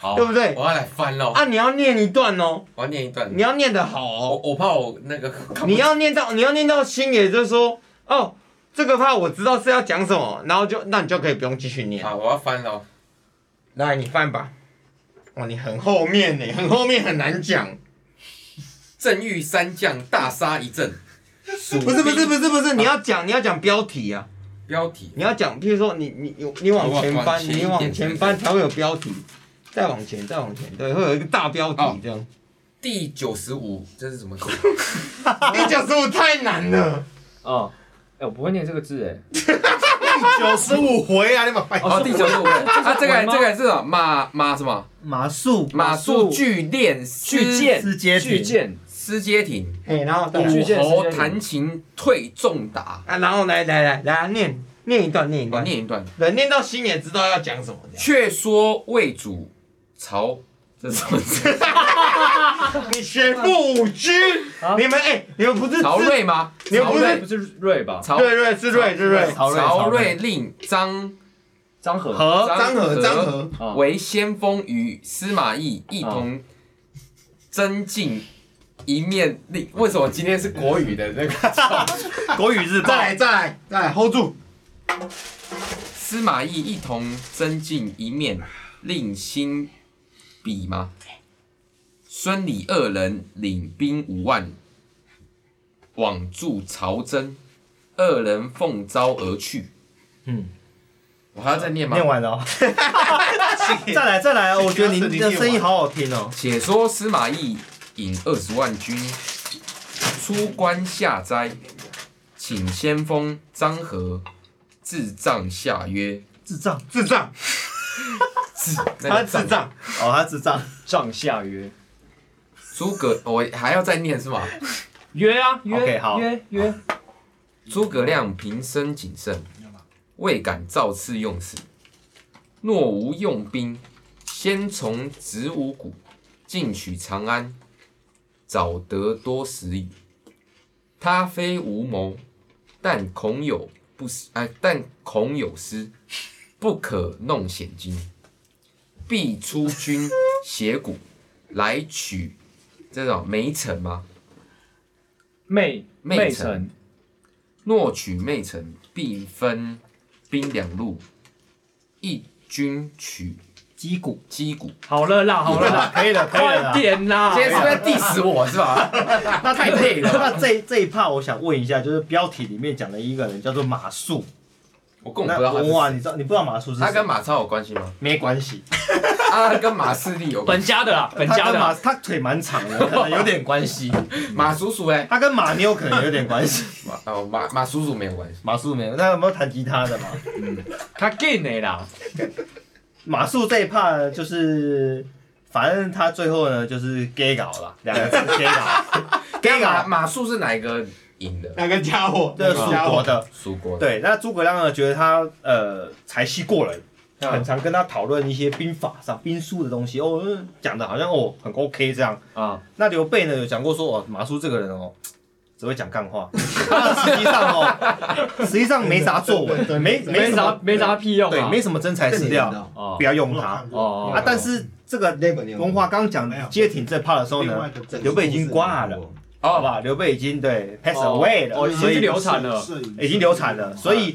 Speaker 3: 好，
Speaker 1: 对不对
Speaker 3: 我要来翻喽，
Speaker 1: 啊？你要念一段哦，
Speaker 3: 我要念一段。
Speaker 1: 你要念得好
Speaker 3: 我
Speaker 1: 哦，
Speaker 3: 我怕我那个嗯看不
Speaker 1: 你要念到你要念到心，也就是说，哦，这个话我知道是要讲什么，然后就那你就可以不用继续念。
Speaker 3: 好，我要翻喽。
Speaker 1: 来，你翻吧。哇，你很后面呢，很后面很难讲。
Speaker 3: 正欲三将大杀一阵，
Speaker 1: 不是不是不是不是，你要讲你要讲标题啊，
Speaker 3: 标题
Speaker 1: 你要讲，譬如说你你你你往前
Speaker 3: 往
Speaker 1: 翻，
Speaker 3: 前一
Speaker 1: 你
Speaker 3: 点
Speaker 1: 往前翻才会有标题，再往前再往前，对，会有一个大标
Speaker 3: 哦
Speaker 1: 题这样。
Speaker 3: 第九十五，这是什么字？
Speaker 1: 你讲十五太难了。
Speaker 5: 哦啊、哎、我不会念这个字哎。
Speaker 10: 九十五回啊，你们拜。
Speaker 3: 哦，第九十五位，啊，这个这个是什么？马马什么？
Speaker 2: 马术
Speaker 3: 马术巨练
Speaker 5: 巨剑
Speaker 2: 司阶
Speaker 5: 巨
Speaker 2: 庭
Speaker 5: 剑，
Speaker 3: 司阶庭，
Speaker 1: 哎，然后再来
Speaker 5: 巨剑
Speaker 3: 武
Speaker 5: 司
Speaker 3: 侯
Speaker 5: 阶庭
Speaker 3: 弹琴退仲达。
Speaker 1: 啊，然后来来来来念念一段，念一
Speaker 3: 我
Speaker 1: 段，
Speaker 3: 念一段：
Speaker 1: 人念到心也知道要讲什么。
Speaker 3: 却说魏主曹，这是什
Speaker 1: <laughs>
Speaker 3: 么字？
Speaker 1: 你学富五车，你们哎，你们不是
Speaker 3: 曹睿吗？
Speaker 1: 你们
Speaker 5: 曹
Speaker 1: 不
Speaker 5: 睿不
Speaker 1: 是
Speaker 5: 是瑞吧？
Speaker 3: 曹
Speaker 1: 对对是瑞是瑞，
Speaker 2: 曹睿
Speaker 3: 曹睿
Speaker 2: 睿
Speaker 3: 令张
Speaker 5: 张和
Speaker 2: 和
Speaker 1: 张和张和，
Speaker 5: 啊
Speaker 3: 为先锋，与司马懿一
Speaker 1: 嗯
Speaker 3: 同增进一面令。为什么今天是国语的那个？
Speaker 2: 国语日报
Speaker 1: 再来再来再来 hold 住，
Speaker 3: 司马懿一同增进一面令心比吗？孙李二人领兵五万，往助曹真，二人奉诏而去。
Speaker 2: 嗯，
Speaker 3: 我还要再念吗？
Speaker 2: 念完了哦，再来再来，我觉得您的声音好好听哦。
Speaker 3: 且说司马懿引二十万军出关下斋，请先锋张合智障下曰
Speaker 2: 智障：“
Speaker 1: 智障，：“
Speaker 3: 智，
Speaker 1: 他
Speaker 3: 那个
Speaker 1: 智
Speaker 3: 障。
Speaker 1: 障，
Speaker 2: 哦，他智障，
Speaker 5: 帐下曰
Speaker 3: 诸葛，我还要再念是吗？
Speaker 5: 约啊
Speaker 2: OK，
Speaker 5: 约
Speaker 2: 好
Speaker 5: 约约，
Speaker 3: 诸葛亮平生谨慎，未敢造次用事。若无用兵，先从子午谷进取长安，早得多时矣。他非无谋，但恐有不失，哎、但恐有失，不可弄险金，必出军斜谷来取这种梅城吗？
Speaker 5: 妹
Speaker 3: 妹
Speaker 5: 妹
Speaker 3: 臣
Speaker 5: 臣
Speaker 3: 若取妹城，必分兵两路，一军取
Speaker 2: 击鼓，
Speaker 3: 击鼓。
Speaker 5: 好了啦，好了啦，
Speaker 2: 可以了，可以了
Speaker 5: 快
Speaker 2: 啦。
Speaker 5: 点啦！
Speaker 3: 今天是不是在 diss 我是吧？
Speaker 2: 那
Speaker 3: 太累了
Speaker 2: 那这这一趴，我想问一下，就是标题里面讲的一个人叫做马谡，
Speaker 3: <laughs> 我根本
Speaker 2: 那
Speaker 3: 不知道他是谁
Speaker 2: 哇，你知道你不知道马谡是谁？
Speaker 3: 他跟马超有关系吗？
Speaker 2: 没关系，
Speaker 3: 啊，跟马士力有关 <laughs>
Speaker 5: 本
Speaker 3: 系。
Speaker 5: 家的啦，本
Speaker 2: 他
Speaker 5: 家
Speaker 2: 跟
Speaker 5: 的
Speaker 2: 马
Speaker 5: 啦，
Speaker 2: 他腿蛮长的，可能有点 <laughs> 关系。
Speaker 3: 马叔叔哎，
Speaker 2: 他跟马妞可能有点关系。
Speaker 3: 马哦马马叔叔没有关系。
Speaker 2: 马谡没有，那有没有弹吉他的嘛？ <laughs>
Speaker 5: 他 gay 呢啦，
Speaker 2: 马谡这一趴呢就是，反正他最后呢就是 gay 搞了，两个字 gay 搞
Speaker 3: 跟
Speaker 5: <laughs>
Speaker 2: ，gay
Speaker 3: 马
Speaker 2: 搞，
Speaker 3: 啊马术是哪一个赢的？
Speaker 1: 那个家伙，
Speaker 2: 这是蜀
Speaker 1: 家
Speaker 2: 国
Speaker 1: 伙，
Speaker 5: 嗯
Speaker 2: 的。
Speaker 3: 蜀国的。
Speaker 2: 对，那诸葛亮呢，觉得他呃才气过人，
Speaker 5: 嗯
Speaker 2: 很常跟他讨论一些兵法上兵书的东西，哦，嗯讲的好像哦很 OK 这样。
Speaker 5: 啊，
Speaker 2: 那刘备呢有讲过说，哦，马谡这个人哦。只会讲干话， <laughs> 但实际上哦，实际上没啥
Speaker 5: <laughs>
Speaker 2: 作
Speaker 10: 对对
Speaker 2: 为，
Speaker 10: 对
Speaker 2: 没
Speaker 10: 对
Speaker 2: 没
Speaker 5: 没
Speaker 2: 什
Speaker 5: 啥
Speaker 2: 么，
Speaker 5: 没啥屁用
Speaker 2: 对，
Speaker 5: 啊，
Speaker 2: 没什么真材实料，
Speaker 5: 哦
Speaker 2: 不要用他
Speaker 5: 哦哦
Speaker 2: 啊。但是这个
Speaker 1: 那本有
Speaker 2: 文华刚讲接挺这趴的时候
Speaker 10: 另外
Speaker 2: 呢
Speaker 10: 一，个整
Speaker 2: 刘备已经挂了，好
Speaker 3: 哦，
Speaker 2: 吧？刘备已经对 pass
Speaker 5: 哦
Speaker 2: away 了，
Speaker 5: 哦已
Speaker 2: 所
Speaker 5: 经是
Speaker 2: 以
Speaker 5: 流产了，
Speaker 10: 摄影师
Speaker 2: 已经流产
Speaker 5: 嗯
Speaker 2: 了，所以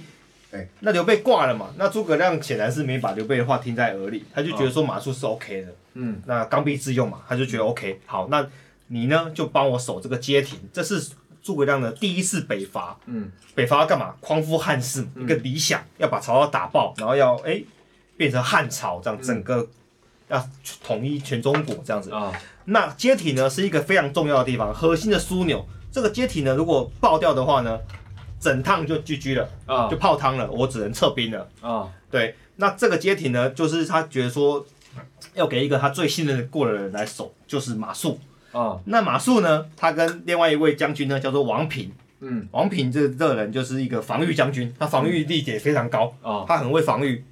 Speaker 5: 哎
Speaker 1: 对。
Speaker 2: 那刘备挂了嘛？那诸葛亮显然是没把刘备的话听在耳里，他就觉得说马谡是 OK 的，
Speaker 5: 嗯，
Speaker 2: 那刚愎自用嘛，他就觉得 OK。好，那你呢就帮我守这个街亭，这是诸葛亮的第一次北伐。
Speaker 5: 嗯，
Speaker 2: 北伐要干嘛？匡扶汉室嘛，一个理想，要把曹操打爆，然后要哎变成汉朝这样，
Speaker 5: 嗯
Speaker 2: 整个要统一全中国这样子。
Speaker 5: 啊，
Speaker 2: 那街体呢是一个非常重要的地方，核心的枢纽。这个街体呢，如果爆掉的话呢，整趟就 GG 了，
Speaker 5: 啊
Speaker 2: 就泡汤了，我只能撤兵了。
Speaker 5: 啊，
Speaker 2: 对，那这个街体呢，就是他觉得说要给一个他最信任过的人来守，就是马谡。
Speaker 5: 啊，
Speaker 2: 那马谡呢，他跟另外一位将军呢，叫做王平。
Speaker 5: 嗯，
Speaker 2: 王平这这个人就是一个防御将军，他防御力也非常高，
Speaker 5: 啊，
Speaker 2: 他很会防御。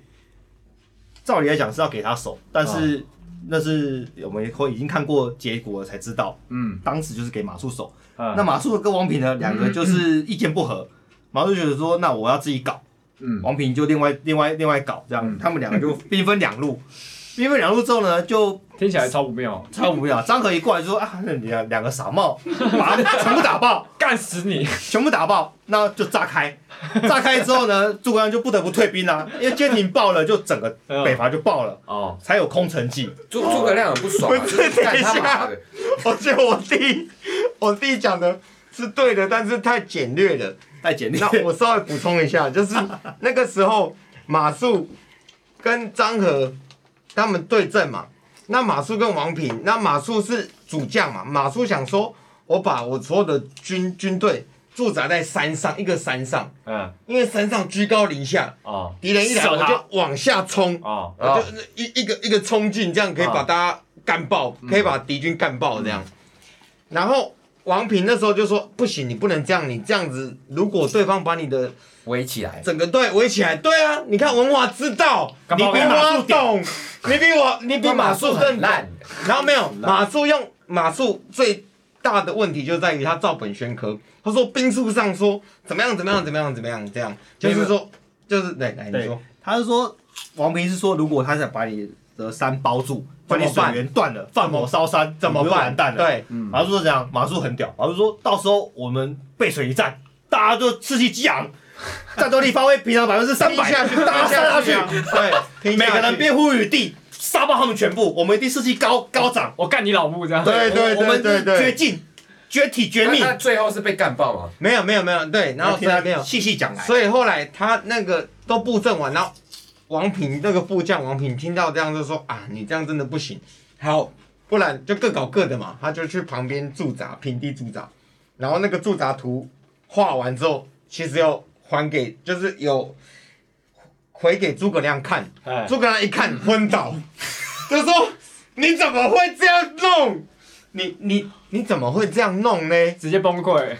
Speaker 2: 照理来讲是要给他守，但是那是我们会已经看过结果了才知道，
Speaker 5: 嗯，
Speaker 2: 当时就是给马谡守。
Speaker 5: 啊
Speaker 2: 那马谡跟王平呢，两个就是意见不合，马谡觉得说，那我要自己搞，
Speaker 5: 嗯，
Speaker 2: 王平就另外另外另外搞，这样
Speaker 5: 嗯
Speaker 2: 他们两个就兵分两路。兵分两路之后呢，就
Speaker 5: 听起来超不妙，
Speaker 2: 差不了。张合一过来就说啊，那两两个傻帽，把他们全部打爆。 <laughs>
Speaker 5: 干死你！
Speaker 2: 全部打爆，那就炸开。炸开之后呢，诸葛亮就不得不退兵啦、因为街亭爆了，就整个北伐就爆了，
Speaker 5: 哦，
Speaker 2: 才有空城计。
Speaker 3: 诸诸葛亮很不爽啊，
Speaker 1: 不
Speaker 3: 就是是干他
Speaker 1: 等一下
Speaker 3: 妈的。
Speaker 1: <laughs> 我觉哦得我弟我弟讲的是对的，但是太简略了。
Speaker 2: 太简
Speaker 1: 那
Speaker 2: 单，
Speaker 1: 我稍微补充一下，就是那个时候马谡跟张合他们对阵嘛，那马谡跟王平，那马谡是主将嘛，马谡想说，我把我所有的军军队驻扎在山上，一个山上，
Speaker 5: 嗯
Speaker 1: 因为山上居高临下，
Speaker 5: 哦
Speaker 1: 敌人一来
Speaker 5: 射
Speaker 1: 我
Speaker 5: 他
Speaker 1: 就往下冲，
Speaker 5: 哦
Speaker 1: 我就一一个一个冲进，这样可以把
Speaker 5: 啊
Speaker 1: 大家干爆，可以把敌军干爆这样。然后王平那时候就说：“不行，你不能这样，你这样子，如果对方把你的
Speaker 3: 围起来，
Speaker 1: 整个队围起来，对啊，你看文华知道，你
Speaker 5: 干
Speaker 1: 比
Speaker 5: 嘛我马
Speaker 1: 我
Speaker 5: 术屌
Speaker 1: 懂，你比我，你
Speaker 3: 哦
Speaker 1: 比马术更
Speaker 3: 很
Speaker 1: 懂。
Speaker 3: 烂，
Speaker 1: 然后没有马术用马术最大的问题就在于他照本宣科，他说兵术上说怎么样怎么样怎么样怎么样这样，就是说就是对来你
Speaker 2: 对
Speaker 1: 说，
Speaker 2: 他是说王平是说，如果他想把你的山包住，把
Speaker 1: 怎
Speaker 2: 你
Speaker 1: 么
Speaker 2: 水
Speaker 1: 办
Speaker 2: 源断了，放火烧山，
Speaker 1: 怎么
Speaker 2: 你就完
Speaker 1: 办？
Speaker 2: 蛋了。
Speaker 1: 对，
Speaker 5: 嗯
Speaker 2: 马叔就讲，马叔很屌，马叔说到时候我们背水一战，大家就士气激昂，战斗力发挥平常百分之 <laughs> 三
Speaker 1: <laughs> 拼
Speaker 2: 百
Speaker 1: 下去，，
Speaker 2: 大家
Speaker 1: 打下
Speaker 2: 杀下去
Speaker 1: 去，啊，对，拼下
Speaker 2: <laughs> 每
Speaker 1: 去
Speaker 2: 个人辩护与地，杀爆他们全部，我们一定士气高高涨。
Speaker 5: 我干你老母这样。
Speaker 1: 对对
Speaker 2: 我们
Speaker 1: 对对
Speaker 2: 绝
Speaker 1: 对，
Speaker 2: 境、绝体、绝
Speaker 3: 那
Speaker 2: 命。
Speaker 3: 他最后是被干爆嘛？
Speaker 1: 没有没有没有对，然后
Speaker 2: 听他
Speaker 1: 没有，
Speaker 2: 细细讲来，
Speaker 1: 所以后来他那个都布阵完，然后王平那个副将王平听到这样就说啊，你这样真的不行，好，不然就各搞各的嘛。他就去旁边驻扎，平地驻扎，然后那个驻扎图画完之后，其实又还给，就是有回给诸葛亮看，
Speaker 5: 哎，
Speaker 1: 诸葛亮一看昏倒， <laughs> 就说你怎么会这样弄？你你你怎么会这样弄呢？
Speaker 5: 直接崩溃。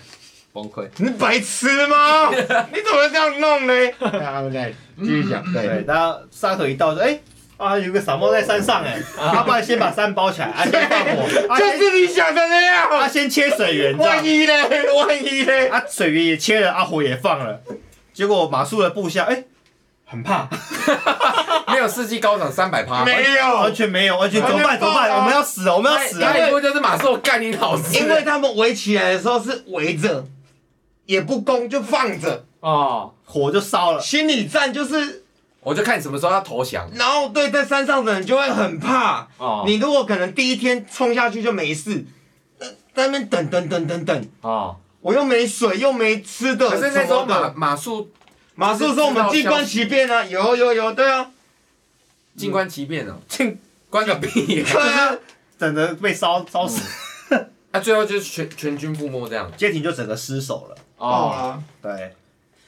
Speaker 3: 崩溃，
Speaker 1: 你白痴吗？ <laughs> 你怎么这样弄啊呢？然后再继续讲，
Speaker 2: 对，
Speaker 1: 对，
Speaker 2: 大家沙河一到说，哎、啊，有个傻帽在山上哎、他不然先把山包起来， <laughs> 啊，先放火，啊，
Speaker 1: 就
Speaker 2: 先
Speaker 1: 是你想的那
Speaker 2: 啊，
Speaker 1: 样。
Speaker 2: 先切水源，这样
Speaker 1: 万一呢？万一呢？
Speaker 2: 啊，水源也切了，啊，火也放了，结果马谡的部下，哎、很怕，
Speaker 3: 没有士气高涨三百趴，
Speaker 1: 没
Speaker 2: 完
Speaker 1: 有，
Speaker 2: 全没有，哎完全怎么办？怎么办？我们要死了，我们要死了！
Speaker 3: 太多就是马术干你老师，
Speaker 1: 因为他们围起来的时候是围着，也不攻就放着，
Speaker 5: 哦，
Speaker 2: 火就烧了，
Speaker 1: 心理战就是，
Speaker 3: 我就看什么时候他投降。
Speaker 1: 然后对在山上的人就会很怕。
Speaker 5: 哦
Speaker 1: 你如果可能第一天冲下去就没事，呃在那边等等等等等，
Speaker 5: 哦，
Speaker 1: 我又没水又没吃的，
Speaker 3: 可是那时候
Speaker 1: 什么的
Speaker 3: 马马术
Speaker 1: 啊马术说我们静观其变啊，有有有，对啊，
Speaker 3: 静观其
Speaker 1: <laughs>
Speaker 3: 变哦，
Speaker 2: 静
Speaker 3: 关个屁啊！
Speaker 1: 对
Speaker 3: <laughs>
Speaker 1: 啊，
Speaker 2: 整个被烧烧死，
Speaker 3: 啊，最后就是全全军覆没这样。
Speaker 2: 街亭就整个失守了。
Speaker 5: 哦，
Speaker 2: 对，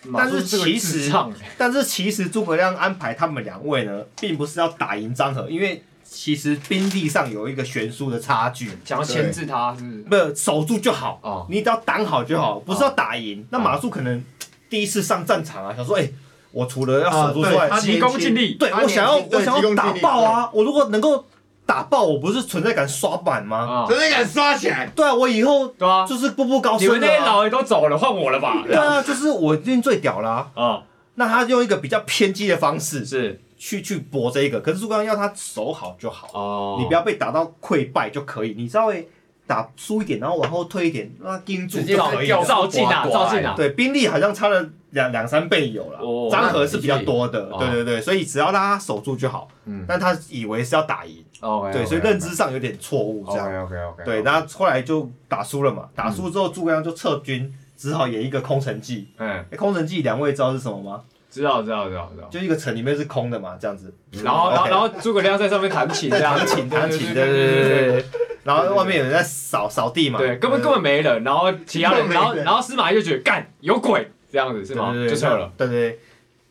Speaker 5: 马叔这
Speaker 2: 但是
Speaker 5: 个
Speaker 2: 其实
Speaker 5: 智障欸
Speaker 2: 但是其实诸葛亮安排他们两位呢，并不是要打赢张合，因为其实兵力上有一个悬殊的差距。
Speaker 5: 想要牵制他，是不是？
Speaker 2: 不是守住就好，
Speaker 5: 哦
Speaker 2: 你只要挡好就好，不是要打赢。那马谡可能第一次上战场啊，想说，哎、我除了要守
Speaker 5: 哦
Speaker 2: 住之外，
Speaker 1: 啊
Speaker 5: 急功近利，
Speaker 2: 对
Speaker 1: 他
Speaker 2: 我想要
Speaker 1: 年轻对
Speaker 2: 我想
Speaker 1: 急
Speaker 2: 要
Speaker 1: 功
Speaker 2: 打
Speaker 1: 近利
Speaker 2: 爆啊！我如果能够打爆，我不是存在感刷满吗？
Speaker 5: 啊，
Speaker 1: 真的敢刷起来，
Speaker 2: 对啊，我以后
Speaker 5: 对啊，
Speaker 2: 就是步步高
Speaker 5: 你
Speaker 2: 升
Speaker 5: 们那
Speaker 2: 了
Speaker 5: 些
Speaker 2: 啊、
Speaker 5: 老人都走了，换我了吧？
Speaker 2: 对啊，就是我一定最屌啦、
Speaker 5: 啊，
Speaker 2: 那他用一个比较偏激的方式
Speaker 5: 是
Speaker 2: 去去搏这个，可是诸葛亮要他守好就好，
Speaker 5: 哦，
Speaker 2: 你不要被打到溃败就可以，你稍微打输一点，然后往后退一点，让他盯住
Speaker 3: 直接
Speaker 2: 就可以了。
Speaker 5: 照进啊，照进啊，
Speaker 2: 对，兵力好像差了两两三倍有了
Speaker 5: 哦，
Speaker 2: 张合是比较多的
Speaker 5: 那，
Speaker 2: 对
Speaker 5: 的确
Speaker 2: 对对，所以只要让他守住就好。
Speaker 5: 嗯
Speaker 2: 但他以为是要打赢，
Speaker 5: 哦，OK，
Speaker 2: 对，所以认知上有点错误这样。
Speaker 5: ，OK，OK，OK，OK，
Speaker 2: 对，那后来就打输了嘛，打输之后诸葛亮就撤军，只好演一个空城计。
Speaker 5: 嗯，
Speaker 2: 诶空城计两位知道是什么吗？
Speaker 5: 知道，知道，知道，知道。
Speaker 2: 就一个城里面是空的嘛，这样子，
Speaker 5: 然后，然后，
Speaker 2: OK
Speaker 5: 然后诸葛亮在上面弹琴，这样
Speaker 2: 嗯 <laughs> 弹琴弹琴，
Speaker 5: 对
Speaker 2: 对对对对
Speaker 5: 对
Speaker 2: 对。然后外面有人在扫扫地嘛，
Speaker 5: 对，根本根本没人。然后其他人，
Speaker 1: 根本没人
Speaker 5: 然后然后司马懿就觉得干有鬼这样子是
Speaker 2: 对
Speaker 5: 吗？
Speaker 2: 对对
Speaker 5: 就撤了。。
Speaker 2: 对对对，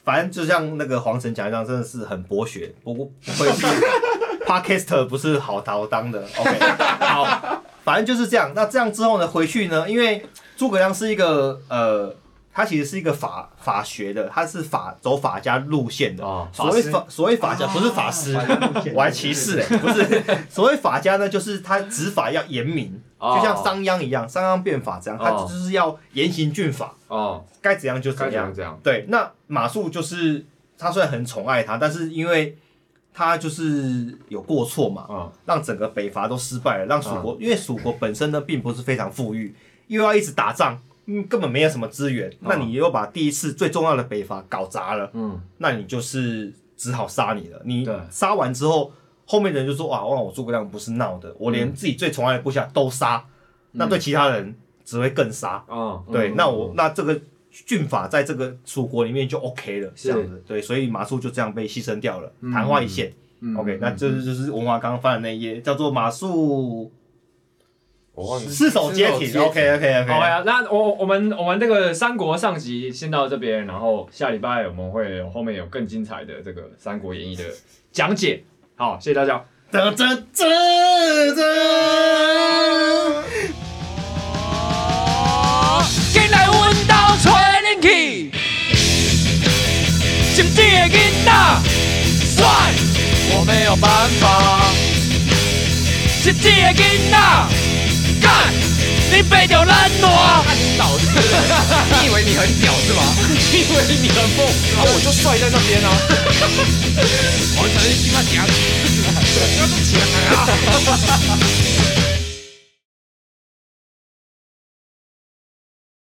Speaker 2: 反正就像那个黄晨讲一样，真的是很博学，不过不会去 <laughs> podcaster 不是好好当的。OK，好，反正就是这样。那这样之后呢，回去呢，因为诸葛亮是一个呃，他其实是一个法法学的，他是法走法家路线的。
Speaker 5: 哦
Speaker 2: 所谓
Speaker 5: 法师啊
Speaker 2: 法所谓法家不是法师，我还歧视嘞，不是。 <laughs> 所谓法家呢，就是他执法要严明，
Speaker 5: 哦
Speaker 2: 就像商鞅一样，商鞅变法这样，他
Speaker 5: 哦
Speaker 2: 就是要严刑峻法，
Speaker 5: 哦，
Speaker 2: 该怎样就
Speaker 5: 该
Speaker 2: 怎
Speaker 5: 怎
Speaker 2: 样
Speaker 5: 样。这样？
Speaker 2: 对，那马谡就是他虽然很宠爱他，但是因为他就是有过错嘛，
Speaker 5: 嗯
Speaker 2: 让整个北伐都失败了，让蜀国，因为蜀国本身呢并不是非常富裕，又要一直打仗，嗯，根本没有什么资源，那你又把第一次最重要的北伐搞砸了，
Speaker 5: 嗯，
Speaker 2: 那你就是只好杀你了。你
Speaker 5: 对
Speaker 2: 杀完之后，后面的人就说哇，哇，我诸葛亮不是闹的，我
Speaker 5: 嗯
Speaker 2: 连自己最宠爱的部下都杀，那对其他人只会更杀。
Speaker 5: 哦，
Speaker 2: 对，
Speaker 3: 嗯
Speaker 2: 那我那这个郡法在这个蜀国里面就 OK 了，
Speaker 5: 是
Speaker 2: 这样子，对，所以马谡就这样被牺牲掉了，昙花一现。
Speaker 5: 嗯
Speaker 2: OK，那这就是文华刚刚翻的那一页，叫做马谡
Speaker 3: 我忘了。
Speaker 2: 四手接
Speaker 3: 四
Speaker 2: 挺
Speaker 3: 手
Speaker 2: ，OK OK
Speaker 5: 好哎啊
Speaker 2: OK。
Speaker 5: 呀，那我我们我们这个三国上集先到这边，然后下礼拜我们会有后面有更精彩的这个《三国演义》的讲解。好，谢谢大家。
Speaker 2: 噔噔噔噔。
Speaker 6: 进来阮兜找恁去，心机的囡仔，帅，我没有办法。心机的囡仔，干，你背着咱我。老子，你以为你很屌是吗？ <laughs> 你以为你很猛？啊，我就帅在那边啊。我才是鸡巴屌，不要动起来啊！